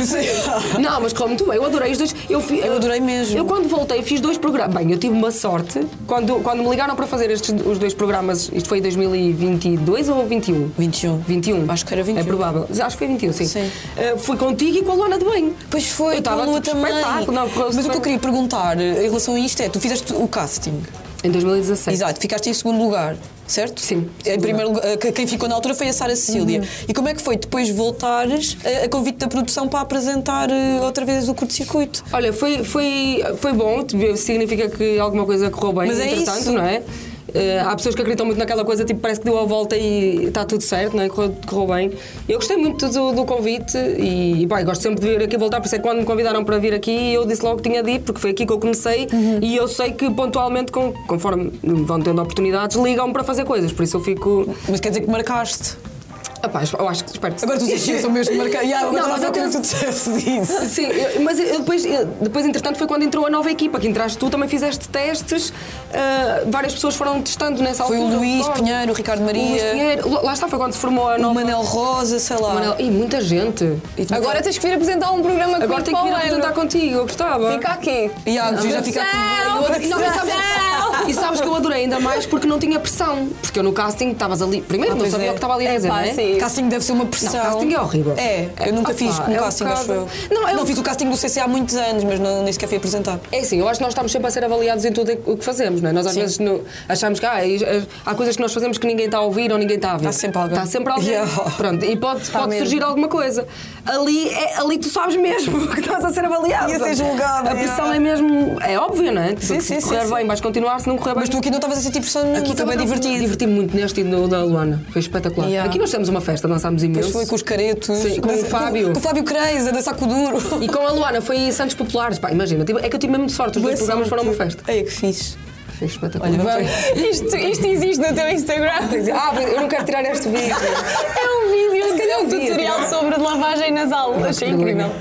C: Não, mas correu muito bem, eu adorei os dois. Eu, fi-
A: Eu adorei mesmo.
C: Eu quando voltei fiz dois programas. Bem, eu tive uma sorte. Quando, quando me ligaram para fazer estes, os dois programas, isto foi em 2022 ou 21?
A: 21.
C: 21.
A: Acho que era 21.
C: É provável. Acho que foi 21, sim.
A: Sim.
C: Eh, fui contigo e com a Luana de Bem.
A: Pois foi,
C: Eu
A: com a
C: estava,
A: Lua
C: tipo,
A: também.
C: espetáculo, não, correu
A: Mas o que
C: super
A: eu queria perguntar eh, em relação a isto é: tu fizeste o casting,
C: Em 2016.
A: exato, ficaste em segundo lugar, certo?
C: Sim. Uhum.
A: Em primeiro lugar, eh, que- quem ficou na altura foi a Sara Cecília. E como é que foi depois voltares eh, a convite da produção para apresentar eh, outra vez o curto-circuito?
C: Olha, foi, foi, foi bom, te- significa que alguma coisa correu bem,
A: Mas é
C: entretanto,
A: isso.
C: não é? Eh, há pessoas que acreditam muito naquela coisa, tipo, parece que deu a volta e está tudo certo, não é? Correu, correu bem. Eu gostei muito do, do convite e, pá, eu gosto sempre de vir aqui voltar, por isso é que quando me convidaram para vir aqui, eu disse logo que tinha de ir, porque foi aqui que eu comecei e eu sei que pontualmente, com- conforme vão tendo oportunidades, ligam-me para fazer coisas, por isso eu fico.
A: Mas quer dizer que marcaste.
C: Ah, pá, eu acho que espero que
A: Agora tu dizes isso, eu mesmo marcar. Yeah,
C: Não,
A: agora
C: mas
A: não,
C: eu
A: como
C: tenho-
A: tu disseste disso.
C: Sim, eu- mas eu depois, eu- depois, entretanto, foi quando entrou a nova equipa, que entraste tu, também fizeste testes, ah, várias pessoas foram testando nessa
A: Foi o
C: altura.
A: Luís
C: recordo.
A: Pinheiro, o Ricardo
C: O Luís
A: Maria,
C: Pinheiro, lá está, foi quando se formou a
A: o,
C: nova.
A: Manel Rosa, sei lá.
C: Manel- Ih, muita gente.
B: Agora tens que vir apresentar um programa comigo
C: Agora tenho
B: para
C: que vir
B: o ano.
C: apresentar contigo, eu gostava.
B: Fica aqui.
A: Iago, já fica
B: Produção,
A: com
C: Não, mas sabes-
B: produção.
C: Ah, e sabes que eu adorei ainda mais porque não tinha pressão. Porque eu no casting estavas ali. Primeiro,
A: Ah,
C: não
A: pois
C: sabia
A: é.
C: o que estava ali a
B: É
C: fazer,
B: pá,
C: não é?
B: sim.
A: Casting deve ser uma pressão.
C: Não, casting é horrível.
A: É, eu nunca
C: Ah,
A: fiz
C: pá,
A: um
C: é um
A: casting, acho eu.
C: bocado. Não, eu-
A: fiz o casting do CC há muitos anos, mas não, nem sequer fui apresentar.
C: É assim, eu acho que nós estamos sempre a ser avaliados em tudo o que fazemos, não é? Nós às vezes não- achamos que ah, é- há coisas que nós fazemos que ninguém está a ouvir ou ninguém está a ver.
A: Há sempre alguém.
C: Está sempre alguém.
A: Yeah.
C: Pronto, e pode, pode
B: mesmo.
C: surgir alguma coisa. Ali, é- ali tu sabes mesmo que estás a ser avaliado.
A: E a ser julgado,
C: A pressão
A: yeah.
C: é mesmo. É óbvio, não é? Tipo,
A: Sim,
C: se
A: sim,
C: correr
A: sim,
C: bem,
A: sim.
C: vais continuar. se não correr bem.
A: Mas tu aqui não estavas a sentir pressão nenhuma,
C: Aqui
A: foi
C: também
A: bem
C: diverti.
A: divertido.
C: Diverti-me muito neste e no da Luana. Foi espetacular.
A: Yeah.
C: Aqui nós temos uma festa, dançámos
A: Depois
C: imenso.
A: foi com os caretos,
C: Sim, com o Fábio.
A: Com, o Fábio Creis, a dançar com o duro.
C: E com a Luana foi Santos Populares. Pá, imagina, tive- é que eu tive mesmo sorte. Os dois programas foram uma festa.
A: Ei, É, que fixe.
C: Foi espetacular.
A: Olha, vamos-
B: Isto, isto existe no teu Instagram.
C: Ah, eu não quero tirar este vídeo.
B: É um vídeo, é um
C: um vídeo,
B: tutorial sobre lavagem nasal. Achei incrível.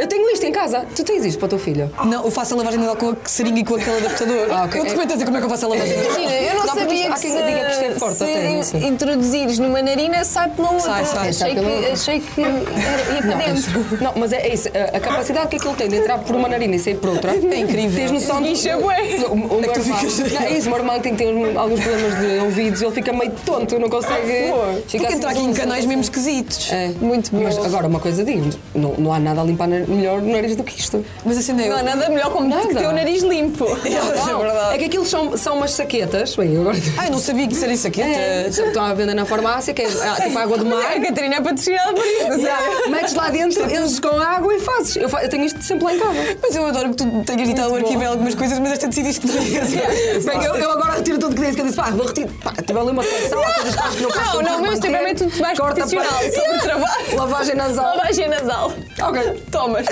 C: Eu tenho isto em casa. Tu tens isto para o teu filho?
A: Não, eu faço a lavagem nasal com a seringa e com aquele adaptador.
C: Ah, ok.
A: Eu te comento a dizer como é que eu faço a lavagem nasal.
B: Imagina, eu não,
C: Não, porque
B: sabia
C: há
B: que
C: quem
B: se,
C: diga que isto é forte
B: se
C: até, não sei.
B: introduzires numa narina sai pela outra.
A: Sai, sai,
B: achei,
C: sai
B: que,
C: pela outra.
B: achei que era- ia para dentro.
C: Não, mas é, é isso. A, a capacidade que aquilo tem de entrar por uma narina e sair por outra é
A: incrível.
C: Tens noção de.
B: Guincha é bué.
C: O, o meu
A: É tu
C: irmão.
A: ficas-
C: Não, é isso. O meu irmão tem, tem uns- alguns problemas de ouvidos, ele fica meio tonto, não
B: Ah,
C: consegue. assim
A: Tem que entrar aqui em canais mesmo esquisitos.
C: É.
B: Muito bom.
C: Mas agora, uma coisa digo, não, não há nada a limpar na- melhor no nariz do que isto.
A: Mas assim, não,
B: Não há nada melhor como
C: Nada.
B: que ter o nariz limpo.
A: É verdade.
C: É que aquilo são, são umas saquetas. Bem, agora.
A: Ah, eu não sabia que isso era isso aqui.
C: É,
A: até-
C: estão à venda na farmácia, que é ah, tipo água do mar.
B: A Catarina é patrocinada por isto. não sei.
C: Yeah. Metes lá dentro, eles com água e fazes. Eu, fa- eu tenho isto sempre lá em casa.
A: Mas eu adoro que tu tenhas dito ao arquivo algumas coisas, mas esta decidiste que não ia ser.
C: Bem, eu, eu agora retiro tudo o que disse, que eu disse, pá, vou retirar. Pá, tive ali uma seleção, há coisas que acho que não faço.
B: Não, não, mas tipo, é
C: manter,
B: muito mais
C: corta
B: profissional
C: para-
B: sobre o trabalho.
C: Lavagem nasal.
B: Lavagem nasal.
C: Ok.
B: Tomas.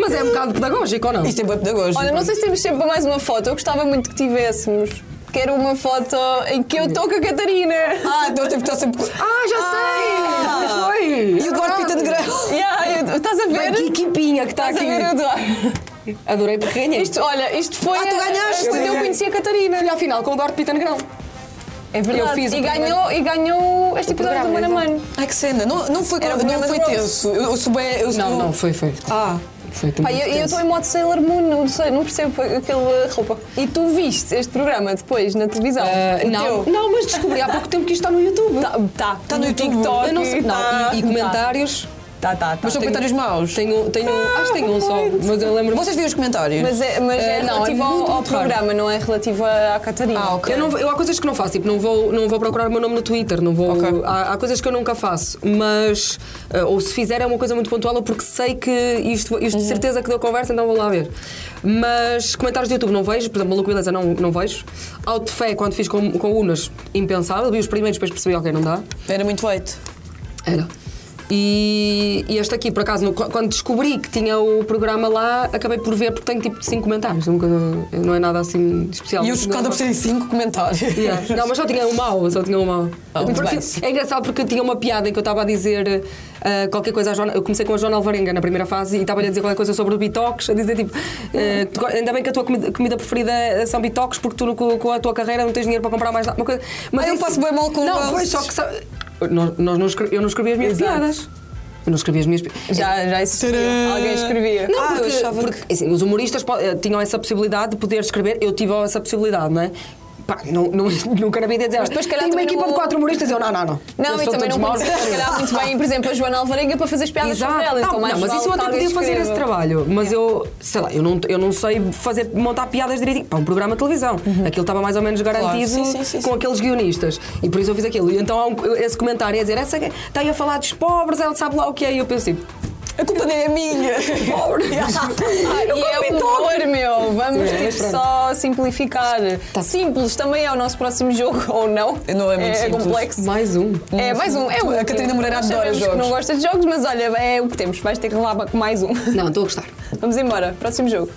C: Mas é um bocado pedagógico ou não?
A: Isto é bem pedagógico.
B: Olha, não sei se temos tempo para mais uma foto. Eu gostava muito que tivéssemos. Quero uma foto em que eu estou com a Catarina.
A: Ah, então eu tenho que estar sempre. com-
C: Ah, já sei!
A: Ah.
C: Foi!
A: E o Eduardo Pita de Grão.
B: Yeah, eu- estás a ver?
C: Bem, Que equipinha que está
B: Estás a
C: aqui.
B: ver, Eduardo?
C: Adorei porque ganhei.
B: Isto, olha, isto foi.
A: Ah, tu
B: a-
A: ganhaste!
B: quando eu
C: ganhei.
B: conheci a Catarina.
C: Fui à final com o Eduardo Pita Negrão.
B: É
C: verdade.
B: fiz e,
C: o programa.
B: ganhou, e ganhou este episódio do
C: programa,
B: Mano a Mano.
A: Ai, que cena. Não, não foi,
B: Era o
A: não
B: programa
A: foi
B: do Rose.
A: tenso. Eu, eu soube. Eu,
C: Não,
A: eu-
C: não, foi, foi.
A: Ah,
C: Foi
B: Pá,
C: também.
B: eu- eu estou em modo Sailor Moon, não, sei, não percebo aquela roupa. E tu viste este programa depois na televisão?
C: Ah,
B: O
C: não,
B: teu?
C: não, mas descobri há pouco tempo que isto está no YouTube.
B: Tá, tá,
A: no YouTube.
B: TikTok.
C: Eu não sei.
B: tá,
C: Não, e, e
B: tá.
C: comentários.
B: Tá, tá, tá.
A: mas são
C: tenho-
A: comentários maus.
C: Tenho, tenho,
B: Ah,
C: acho que tenho um só, mas eu lembro-me.
A: Vocês viram os comentários?
B: Mas é, mas é
C: Eh, não, é
B: relativo ao-
C: muito,
B: ao,
C: muito raro.
B: programa, não é relativo à à Catarina.
A: Ah, ok.
C: Eu, não, eu há coisas que não faço, tipo, não vou, não vou procurar o meu nome no Twitter, não vou.
A: Ok.
C: Há, há coisas que eu nunca faço, mas. eh, ou se fizer é uma coisa muito pontual, ou porque sei que isto, isto de
B: Uhum.
C: certeza que deu conversa, então vou lá ver. Mas comentários do YouTube não vejo, por exemplo, Maluco Beleza não, não vejo. Alto Fé, quando fiz com, com Unas, impensável, vi os primeiros, depois percebi, ok, não dá.
A: Era muito feito.
C: Era. E, e este aqui, por acaso, no- quando descobri que tinha o programa lá, acabei por ver porque tenho tipo 5 comentários. Nunca- não é nada assim especial.
A: E eu chocada por serem cinco comentários.
C: Yeah. Não, mas só tinha um mau, só tinha um mau.
A: Ah, muito
C: Porque-
A: bem.
C: é engraçado porque tinha uma piada em que eu estava a dizer ah, qualquer coisa à Joana. Eu comecei com a Joana Alvarenga na primeira fase e estava a dizer qualquer coisa sobre o bitox, a dizer tipo, ah, tu go- ainda bem que a tua comida, comida preferida eh, são bitox porque tu no- co- com a tua carreira não tens dinheiro para comprar mais nada. Uma coisa. Mas
A: Ah, eu
C: isso-
A: passo bué mal com
C: Não,
A: lances.
C: pois, só que sabe- Nós- nós não escre- eu não escrevi as minhas
B: Exato.
C: piadas. Eu não escrevi as minhas piadas.
B: Já, já existia.
A: Tcharam!
B: Alguém escrevia.
C: Não,
A: Ah, eu
C: porque,
A: achava
C: porque, assim, os humoristas po- eh, tinham essa possibilidade de poder escrever, eu tive essa possibilidade, não é? Pá, não, não, nunca na vida ia dizer.
B: depois, se calhar,
C: Tenho uma
B: também
C: equipa
B: não-
C: de quatro humoristas, eu não, não, não.
B: Não,
C: Eles
B: e
C: são
B: também
C: todos
B: não
C: maus.
B: conhecia, se calhar, muito bem, por exemplo, a Joana Alvarenga para fazer as piadas sobre ela. Então,
C: Não,
B: mais
C: não, mas
B: vale
C: isso eu
B: que
C: até
B: alguém
C: podia fazer
B: escreva.
C: esse trabalho. Mas eu, sei lá, eu não, eu não sei fazer, montar piadas direitinho. Para um programa de televisão. Aquilo estava mais ou menos garantido
A: Sim, sim, sim,
C: com aqueles guionistas. E por isso eu fiz aquilo. E então há um- esse comentário a dizer: essa está aí a falar dos pobres, ela sabe lá o que é. E eu pensei:
A: A culpa não é minha.
C: pobres.
B: Ah, e é
C: comi
B: o
C: toque.
B: humor, meu. Vamos
C: É,
B: tipo,
C: pronto.
B: só simplificar. Simples também é o nosso próximo jogo, ou não.
A: Tá. Não é muito simples.
B: complexo.
C: Mais um.
B: É mais um. É
A: A
B: um.
A: Catarina Moreira
B: Nós
A: adora
B: sabemos que
A: jogos.
B: Não gosta de jogos, mas olha, é o que temos. Vais ter que levar com mais um.
C: Não, estou a gostar.
B: Vamos embora. Próximo jogo.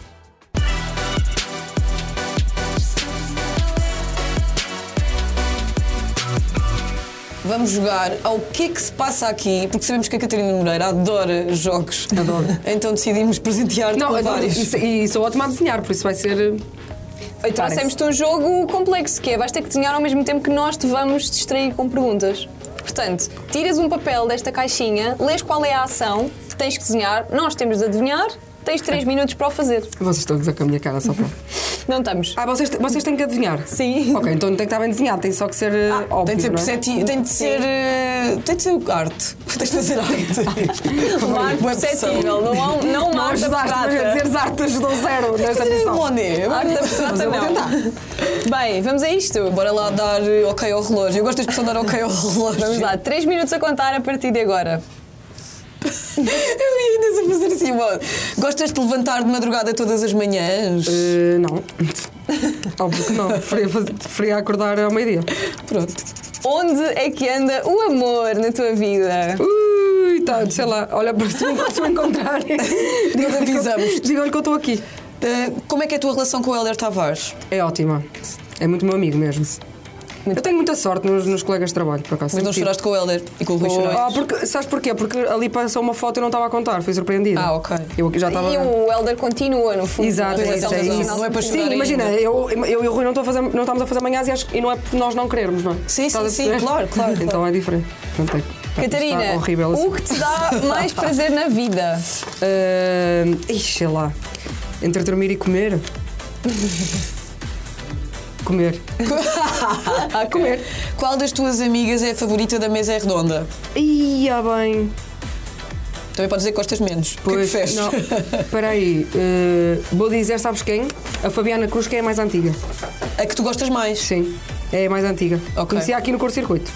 A: Vamos jogar ao que é que se passa aqui, porque sabemos que a Catarina Moreira adora jogos.
C: Adoro.
A: Então decidimos presentear-te
C: Não,
A: com
C: adoro.
A: vários.
C: E, e sou ótima a desenhar, por isso vai ser.
B: E Trouxemos-te um jogo complexo, que é vais ter que desenhar ao mesmo tempo que nós te vamos distrair com perguntas. Portanto, tiras um papel desta caixinha, lês qual é a ação que tens que desenhar, nós temos de adivinhar, tens três minutos para o fazer.
C: Vocês estão a gozar com a minha cara só para.
B: Não estamos.
C: Ah, vocês, vocês têm que adivinhar.
B: Sim.
C: Ok, então não tem que estar bem desenhado, tem só que ser eh, óbvio.
A: Tem de ser
C: não é?
A: percepti- tem de ser. eh, tem de ser arte. Tens de fazer arte.
B: Mar perceptível, não há não
C: Não
B: há arte
C: ajudaste, mas a
B: abstrata.
C: dizer arte ajudou zero nesta
A: Fazer
C: missão.
A: Monet.
B: Arte abstrata não. Bem, vamos a isto.
A: Bora lá dar eh, ok ao relógio. Eu gosto da expressão dar ok ao relógio.
B: Vamos lá, três minutos a contar a partir de agora.
A: Eu ia ainda a fazer assim, mano. Gostas de levantar de madrugada todas as manhãs?
C: Eh, não. Óbvio que não. Preferia, fazer- preferia acordar ao meio-dia.
A: Pronto.
B: Onde é que anda o amor na tua vida?
C: Ui, tá, sei lá, olha para se me se me encontrarem. Diga-lhe que eu-
A: avisamos.
C: Diga-lhe que eu estou aqui.
A: Eh, como é que é a tua relação com o Helder Tavares?
C: É ótima. É muito meu amigo mesmo. Eu tenho muita sorte nos, nos colegas de trabalho, por acaso.
A: Mas não
C: Sempre
A: choraste com o Helder e com o Rui
C: tive.
A: Chorões?
C: Ah, porque, sabes porquê? Porque ali passou uma foto e eu não estava a contar, fui surpreendida.
A: Ah, ok. um-
C: Eu já estava.
B: E o Elder continua, no fundo.
C: Exato,
B: na
C: é
B: relação
C: isso, é
B: nacional.
C: isso.
A: Não é para
C: Sim,
A: chorar ainda.
C: imagina, eu, eu e o Rui não, estou a fazer, não estamos a fazer manhãs e, acho, e não é porque nós não queremos, não é?
A: Sim,
C: Estás
A: sim,
C: a
A: sim,
C: perceber?
A: claro, claro, claro. um
C: Então é diferente. Portanto, é- está-
B: Catarina,
C: está horrível assim.
B: o que te dá mais prazer na vida?
C: Ah, ixi, sei lá. Entre dormir e comer. comer.
B: A comer.
A: Qual das tuas amigas é a favorita da mesa redonda?
C: Ia ah, bem.
A: Também podes dizer que gostas menos. Pois,
C: Pois,
A: que é que preferes?
C: não. Espera aí. ah, vou dizer, sabes quem? A Fabiana Cruz, que é a mais antiga.
A: A que tu gostas mais.
C: Sim, é a mais antiga.
A: Ok.
C: Conheci aqui no curto-circuito.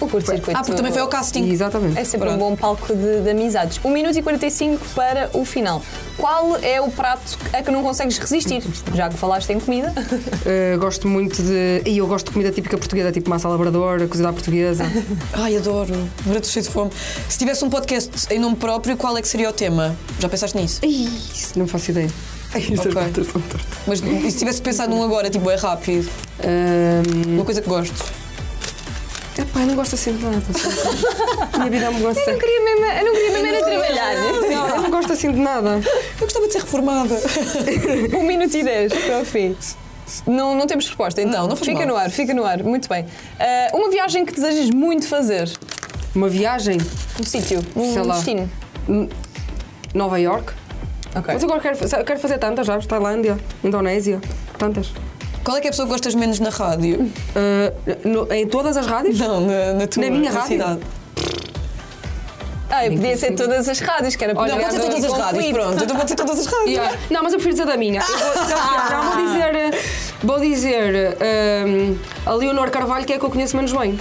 B: O curto-circuito.
A: Ah, porque também foi ao casting.
C: Exatamente.
B: É sempre um
A: Pronto.
B: bom palco de, de amizades. 1 minuto e 45 para o final. Qual é o prato a que não consegues resistir? Já que falaste em comida.
C: Ah, gosto muito de. E eu gosto de comida típica portuguesa, tipo massa labrador, cozida à portuguesa.
A: Ai, adoro. Agora estou cheio de fome. Se tivesse um podcast em nome próprio, qual é que seria o tema? Já pensaste nisso?
C: Isso, não faço ideia. é
A: Ok. Mas e se tivesse pensado num agora, tipo, é rápido.
C: Um,
A: Uma coisa que gostes.
C: epá, eu não gosto assim de nada. Minha vida é uma
B: Eu
C: gosta.
B: não queria mesmo, eu não queria mesmo era
C: Não,
B: trabalhar.
C: eu não gosto assim de nada.
A: Eu gostava de ser reformada.
B: 1 minuto e 10 para o fim. Não, não temos resposta, então.
A: Não, não faz
B: fica
A: mal.
B: no ar, fica no ar. Muito bem. Ah, uma viagem que desejas muito fazer.
C: Uma viagem,
B: Um sítio, um
C: Sei lá.
B: destino.
C: Nova York.
A: É.
B: Ok.
C: Mas agora quero, fa- quero fazer tantas, já, Tailândia, Indonésia, tantas.
A: Qual é que é a pessoa que gostas menos na rádio?
C: Ah, no- em todas as rádios?
A: Não, na, na tua
C: Na minha rádio?
A: cidade.
B: Ah, e podia ser todas as rádios, que era para
A: Não, pode ser
B: haver
A: todas as
B: conflito.
A: rádios, pronto. Então pode ser todas as rádios.
C: Yeah. Não, mas eu prefiro dizer da minha. Eu vou, não, vou dizer. eh, Vou dizer. eh, a Leonor Carvalho, que é a que eu conheço menos bem.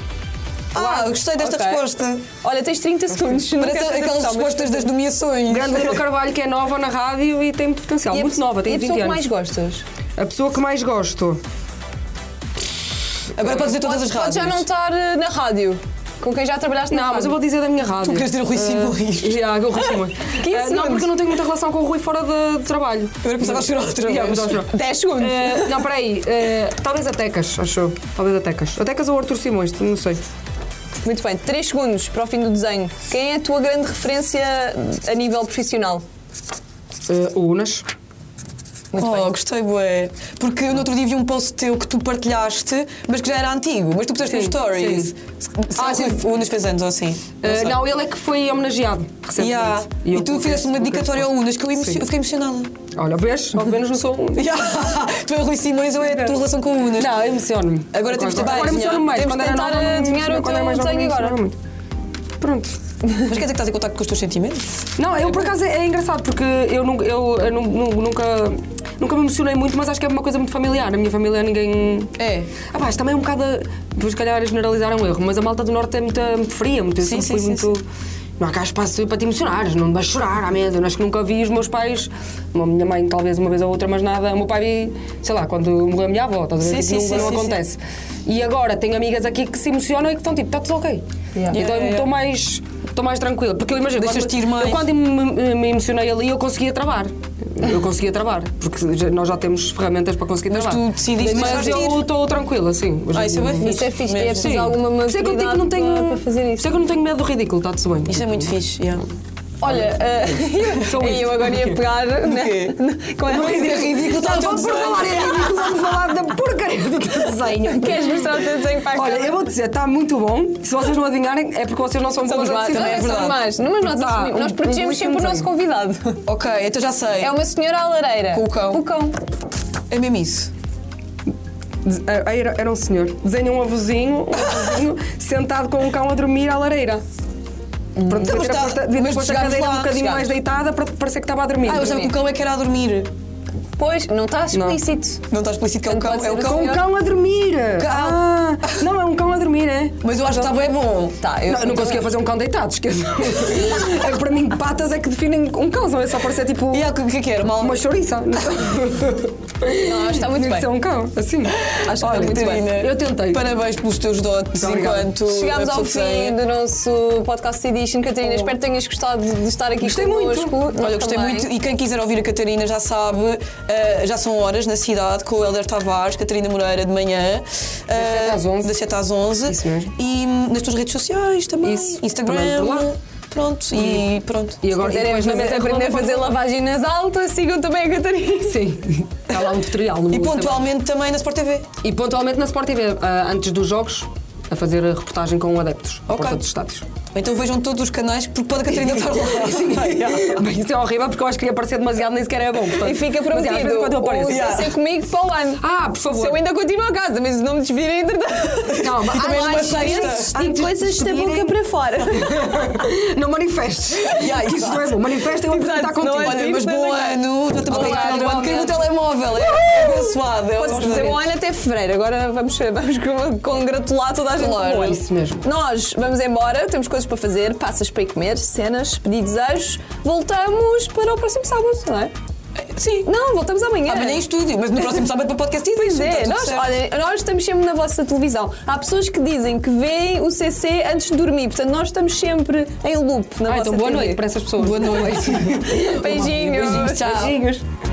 A: Ah, eu gostei desta
B: Ok.
A: resposta.
B: Olha, tens 30 segundos. Não
A: Parece
B: quero fazer
A: aquelas
B: pressão, mas-
A: respostas das nomeações.
C: Grande Leonor Carvalho, que é nova na rádio e tem muito potencial.
B: E a
C: muito
B: pessoa-
C: nova,
B: e
C: tem
B: a
C: 20
B: pessoa que
C: anos.
B: mais gostas?
C: A pessoa que mais gosto.
A: Agora podes dizer todas as
B: Pode-
A: rádios.
B: Pode já não estar eh, na rádio, com quem já trabalhaste na
C: Não, mas
B: rádio.
C: eu vou dizer da minha rádio. ah,
A: queres dizer o Rui Simões?
C: Yeah, o Rui Simões.
B: Que
C: Eh, não,
B: insolente.
C: porque eu não tenho muita relação com o Rui fora de, de trabalho.
A: Agora começava a chorar outra vez.
C: Yeah, mas acho-
B: 10 segundos.
C: Eh, não, peraí. eh, talvez a Tecas, achou? Talvez a Tecas. A Tecas ou o Arthur Simões, não sei.
B: Muito bem, 3 segundos para o fim do desenho. Quem é a tua grande referência uh, a nível profissional?
C: Eh, o Unas.
B: Muito
A: oh,
B: bem.
A: gostei, bué. Porque eu no outro dia vi um post teu que tu partilhaste, mas que já era antigo, mas tu puseste nos
C: Sim,
A: stories.
C: sim.
A: ah,
C: Ah, sim.
A: O Unas fez anos ou assim.
C: Eh,
A: sei.
C: não, ele é que foi homenageado recentemente.
A: Yeah. é E,
C: eu
A: tu
C: confesso-
A: fizeste uma
C: confesso.
A: dedicatória ao Unas que eu, emo-
C: Sim.
A: eu fiquei emocionada.
C: Olha, vês? Ao menos não sou um.
A: Yeah. tu é Rui Simões ou é a tua relação com o Unas?
C: Não, emociono-me.
A: Agora temos de
C: agora,
A: tentar
C: agora emociono-me mais.
B: Temos
C: Quando
B: de
C: era
B: tentar
C: nova, não me
B: adivinhar
C: emocionava.
B: o
C: Quando era
B: teu
C: mais nova,
B: desenho
C: não me
B: agora.
C: emocionava muito. Pronto.
A: Mas quer dizer que estás em contato com os teus sentimentos?
C: Não, eu por acaso é, é engraçado porque eu, nunca- eu, eu nu- nu- nunca, nunca me emocionei muito, mas acho que é uma coisa muito familiar. Na minha família ninguém.
A: É.
C: Ah, pá, isto também é um bocado. a- Vou se calhar generalizar é um erro, mas a malta do Norte é muito, muito fria, muito. eu
A: Sim,
C: sempre
A: sim,
C: fui
A: sim,
C: muito. Não há cá espaço para te emocionares, não vais chorar à mesa. Eu Acho que nunca vi os meus pais, a minha mãe talvez uma vez ou outra, mas nada. O meu pai vi, sei lá, quando morreu a minha avó, estás a
A: Sim,
C: ver? Tipo,
A: sim,
C: não,
A: sim,
C: não
A: sim,
C: acontece. E agora tenho amigas aqui que se emocionam e que estão tipo, está tudo ok.
B: Yeah.
C: Então
A: Yeah,
C: eu
A: yeah,
C: estou mais. Estou mais tranquila, porque eu imagino.
A: Deixas-te ir
C: quando,
A: mais.
C: Eu quando me, me emocionei ali, eu conseguia travar. Eu conseguia travar, porque já- nós já temos ferramentas para conseguir
A: Mas
C: travar.
A: tu decidiste
C: Mas
A: deixar-te
C: eu
A: ir.
C: estou tranquila, sim. Hoje
A: Ah,
C: em
A: isso é
C: dia
A: bem
C: não-
A: fixe.
B: Isso é fixe,
A: Mesmo.
B: é preciso alguma
C: Por isso é que eu digo
B: maturidade
C: que não tenho,
B: para- para fazer
C: por
B: isso.
C: isso é que eu não tenho medo do ridículo, está-se bem.
A: Isto é muito fixe. yeah.
B: Olha, eh,
C: Sou
B: eu,
C: isto.
B: agora ia pegar. Né, com a-
A: É ridículo, está
C: Não,
A: tudo
C: por
A: bem.
C: falar em ridículo, vamos falar da porcaria do teu desenho.
B: Queres mostrar o teu desenho para a
C: Olha,
B: câmara?
C: eu vou dizer, está muito bom. Se vocês não adivinharem, é porque vocês não são
B: Somos
C: boas a
B: más,
C: decidir.
A: também é
B: também somos
A: verdade.
B: más. Não, mas nós,
C: Tá,
B: assumimos- nós
C: um-
B: protegemos
C: um
B: sempre o nosso
C: desenho.
B: convidado.
A: Ok, então já sei.
B: É uma senhora à lareira.
A: Com o cão.
B: Com o cão.
A: É mesmo isso.
C: Des- ah, Era, era um senhor. Desenha um avozinho, um avozinho sentado com um cão a dormir à lareira. Pronto, devia ter
A: está-
C: posto- devia ter
A: mas
C: posto a
A: chegámos
C: cadeira
A: lá,
C: um bocadinho
A: chegámos.
C: mais deitada para parecer que estava a dormir.
A: Ah, eu achava que o cão é que era a dormir.
B: Pois, não está
C: Não.
B: explícito.
A: Não está explícito que é um
B: Então
A: cão.
B: pode
A: É um
B: ser
A: cão.
C: Com um cão a dormir! Ah, não, é um cão a dormir, é?
A: Mas eu acho que está bem bom.
B: Tá, eu
C: Não, eu não conseguia fazer um cão deitado, esqueçam. é, para mim, patas é que definem um cão, não é só parecer tipo
A: E há o que o que é que era? Mal.
C: uma chouriça.
B: Não, está muito
C: Tinha que ser
B: bem.
C: um cão, assim.
B: Acho que está muito bem.
A: Catarina,
C: Eu tentei.
A: Parabéns pelos teus dotes
C: Muito obrigada.
A: enquanto.
B: Chegámos
A: a
B: ao
A: pessoa que
B: fim
A: desenha.
B: do nosso podcast Edition. Catarina, espero que tenhas gostado de estar aqui
C: Gostei
B: connosco.
C: muito.
B: Nós
A: Olha, gostei
B: também.
A: muito. E quem quiser ouvir a Catarina já sabe, eh, já são horas na cidade com o Helder Tavares, Catarina Moreira de manhã. eh,
C: sete às onze.
A: Das 7 às 11.
C: Isso mesmo.
A: E hum, nas tuas redes sociais também.
C: Isso,
A: Instagram.
C: também por lá. Hum.
A: Pronto, e pronto.
C: E agora
B: Quiserem
C: depois na
B: fazer-
C: mesa
B: aprender a fazer lavagem nas altas, sigam também a Catarina.
C: Sim, está lá um tutorial. no
A: E
C: Instagram.
A: pontualmente também na Sport TV.
C: E pontualmente na Sport TV, ah, antes dos jogos, a fazer a reportagem com adeptos à
A: Ok.
C: porta dos estádios.
A: Então vejam todos os canais, porque pode a Catarina estar lá.
C: Bem, isso é horrível porque eu acho que ia aparecer demasiado, nem sequer é bom. portanto-
B: E fica
C: Mas, é, às vezes
B: prometido.
C: quando eu
B: O
C: apareço.
A: Yeah.
B: Só Ser comigo para o ano.
C: Ah, por favor.
B: Se eu ainda continuo a casa, mas não me desvirem entretanto.
C: Calma,
B: Também
C: há
B: não
C: mais
B: achei
C: vezes
B: isso.
C: antes
B: Tem
C: de
B: coisas da
C: subirem-
B: boca para fora.
C: Não manifestes.
A: Yeah,
C: que isso não é bom. Manifesta, eu vou
B: Exato,
C: apresentar contigo.
B: não é
A: Tá Olha, mas
B: Sim,
A: bom
B: também.
A: ano. Já estamos a
B: Olá,
A: falar do ano. Queria um
B: igualmente.
A: telemóvel. É abençoado. É
B: Posso dizer
A: um
B: um ano até fevereiro. Agora vamos, vamos con- congratular toda a gente
A: Claro,
B: pelo ano.
C: isso mesmo.
B: Nós vamos embora, temos coisas para fazer, passas para ir comer, cenas, pedir desejos. Voltamos para o próximo sábado, não é?
A: Sim.
B: Não, voltamos amanhã.
A: Amanhã em estúdio, mas no próximo sábado para podcast
B: Pois
A: Edition, está
B: é,
A: tudo
B: nós,
A: certo.
B: olha, nós estamos sempre na vossa televisão. Há pessoas que dizem que veem o CC antes de dormir, portanto nós estamos sempre em loop na
C: Ah,
B: vossa
C: então boa
B: TV.
C: noite para essas pessoas. Boa noite.
B: Beijinhos.
C: Beijinhos.
B: Tchau.
C: Beijinhos.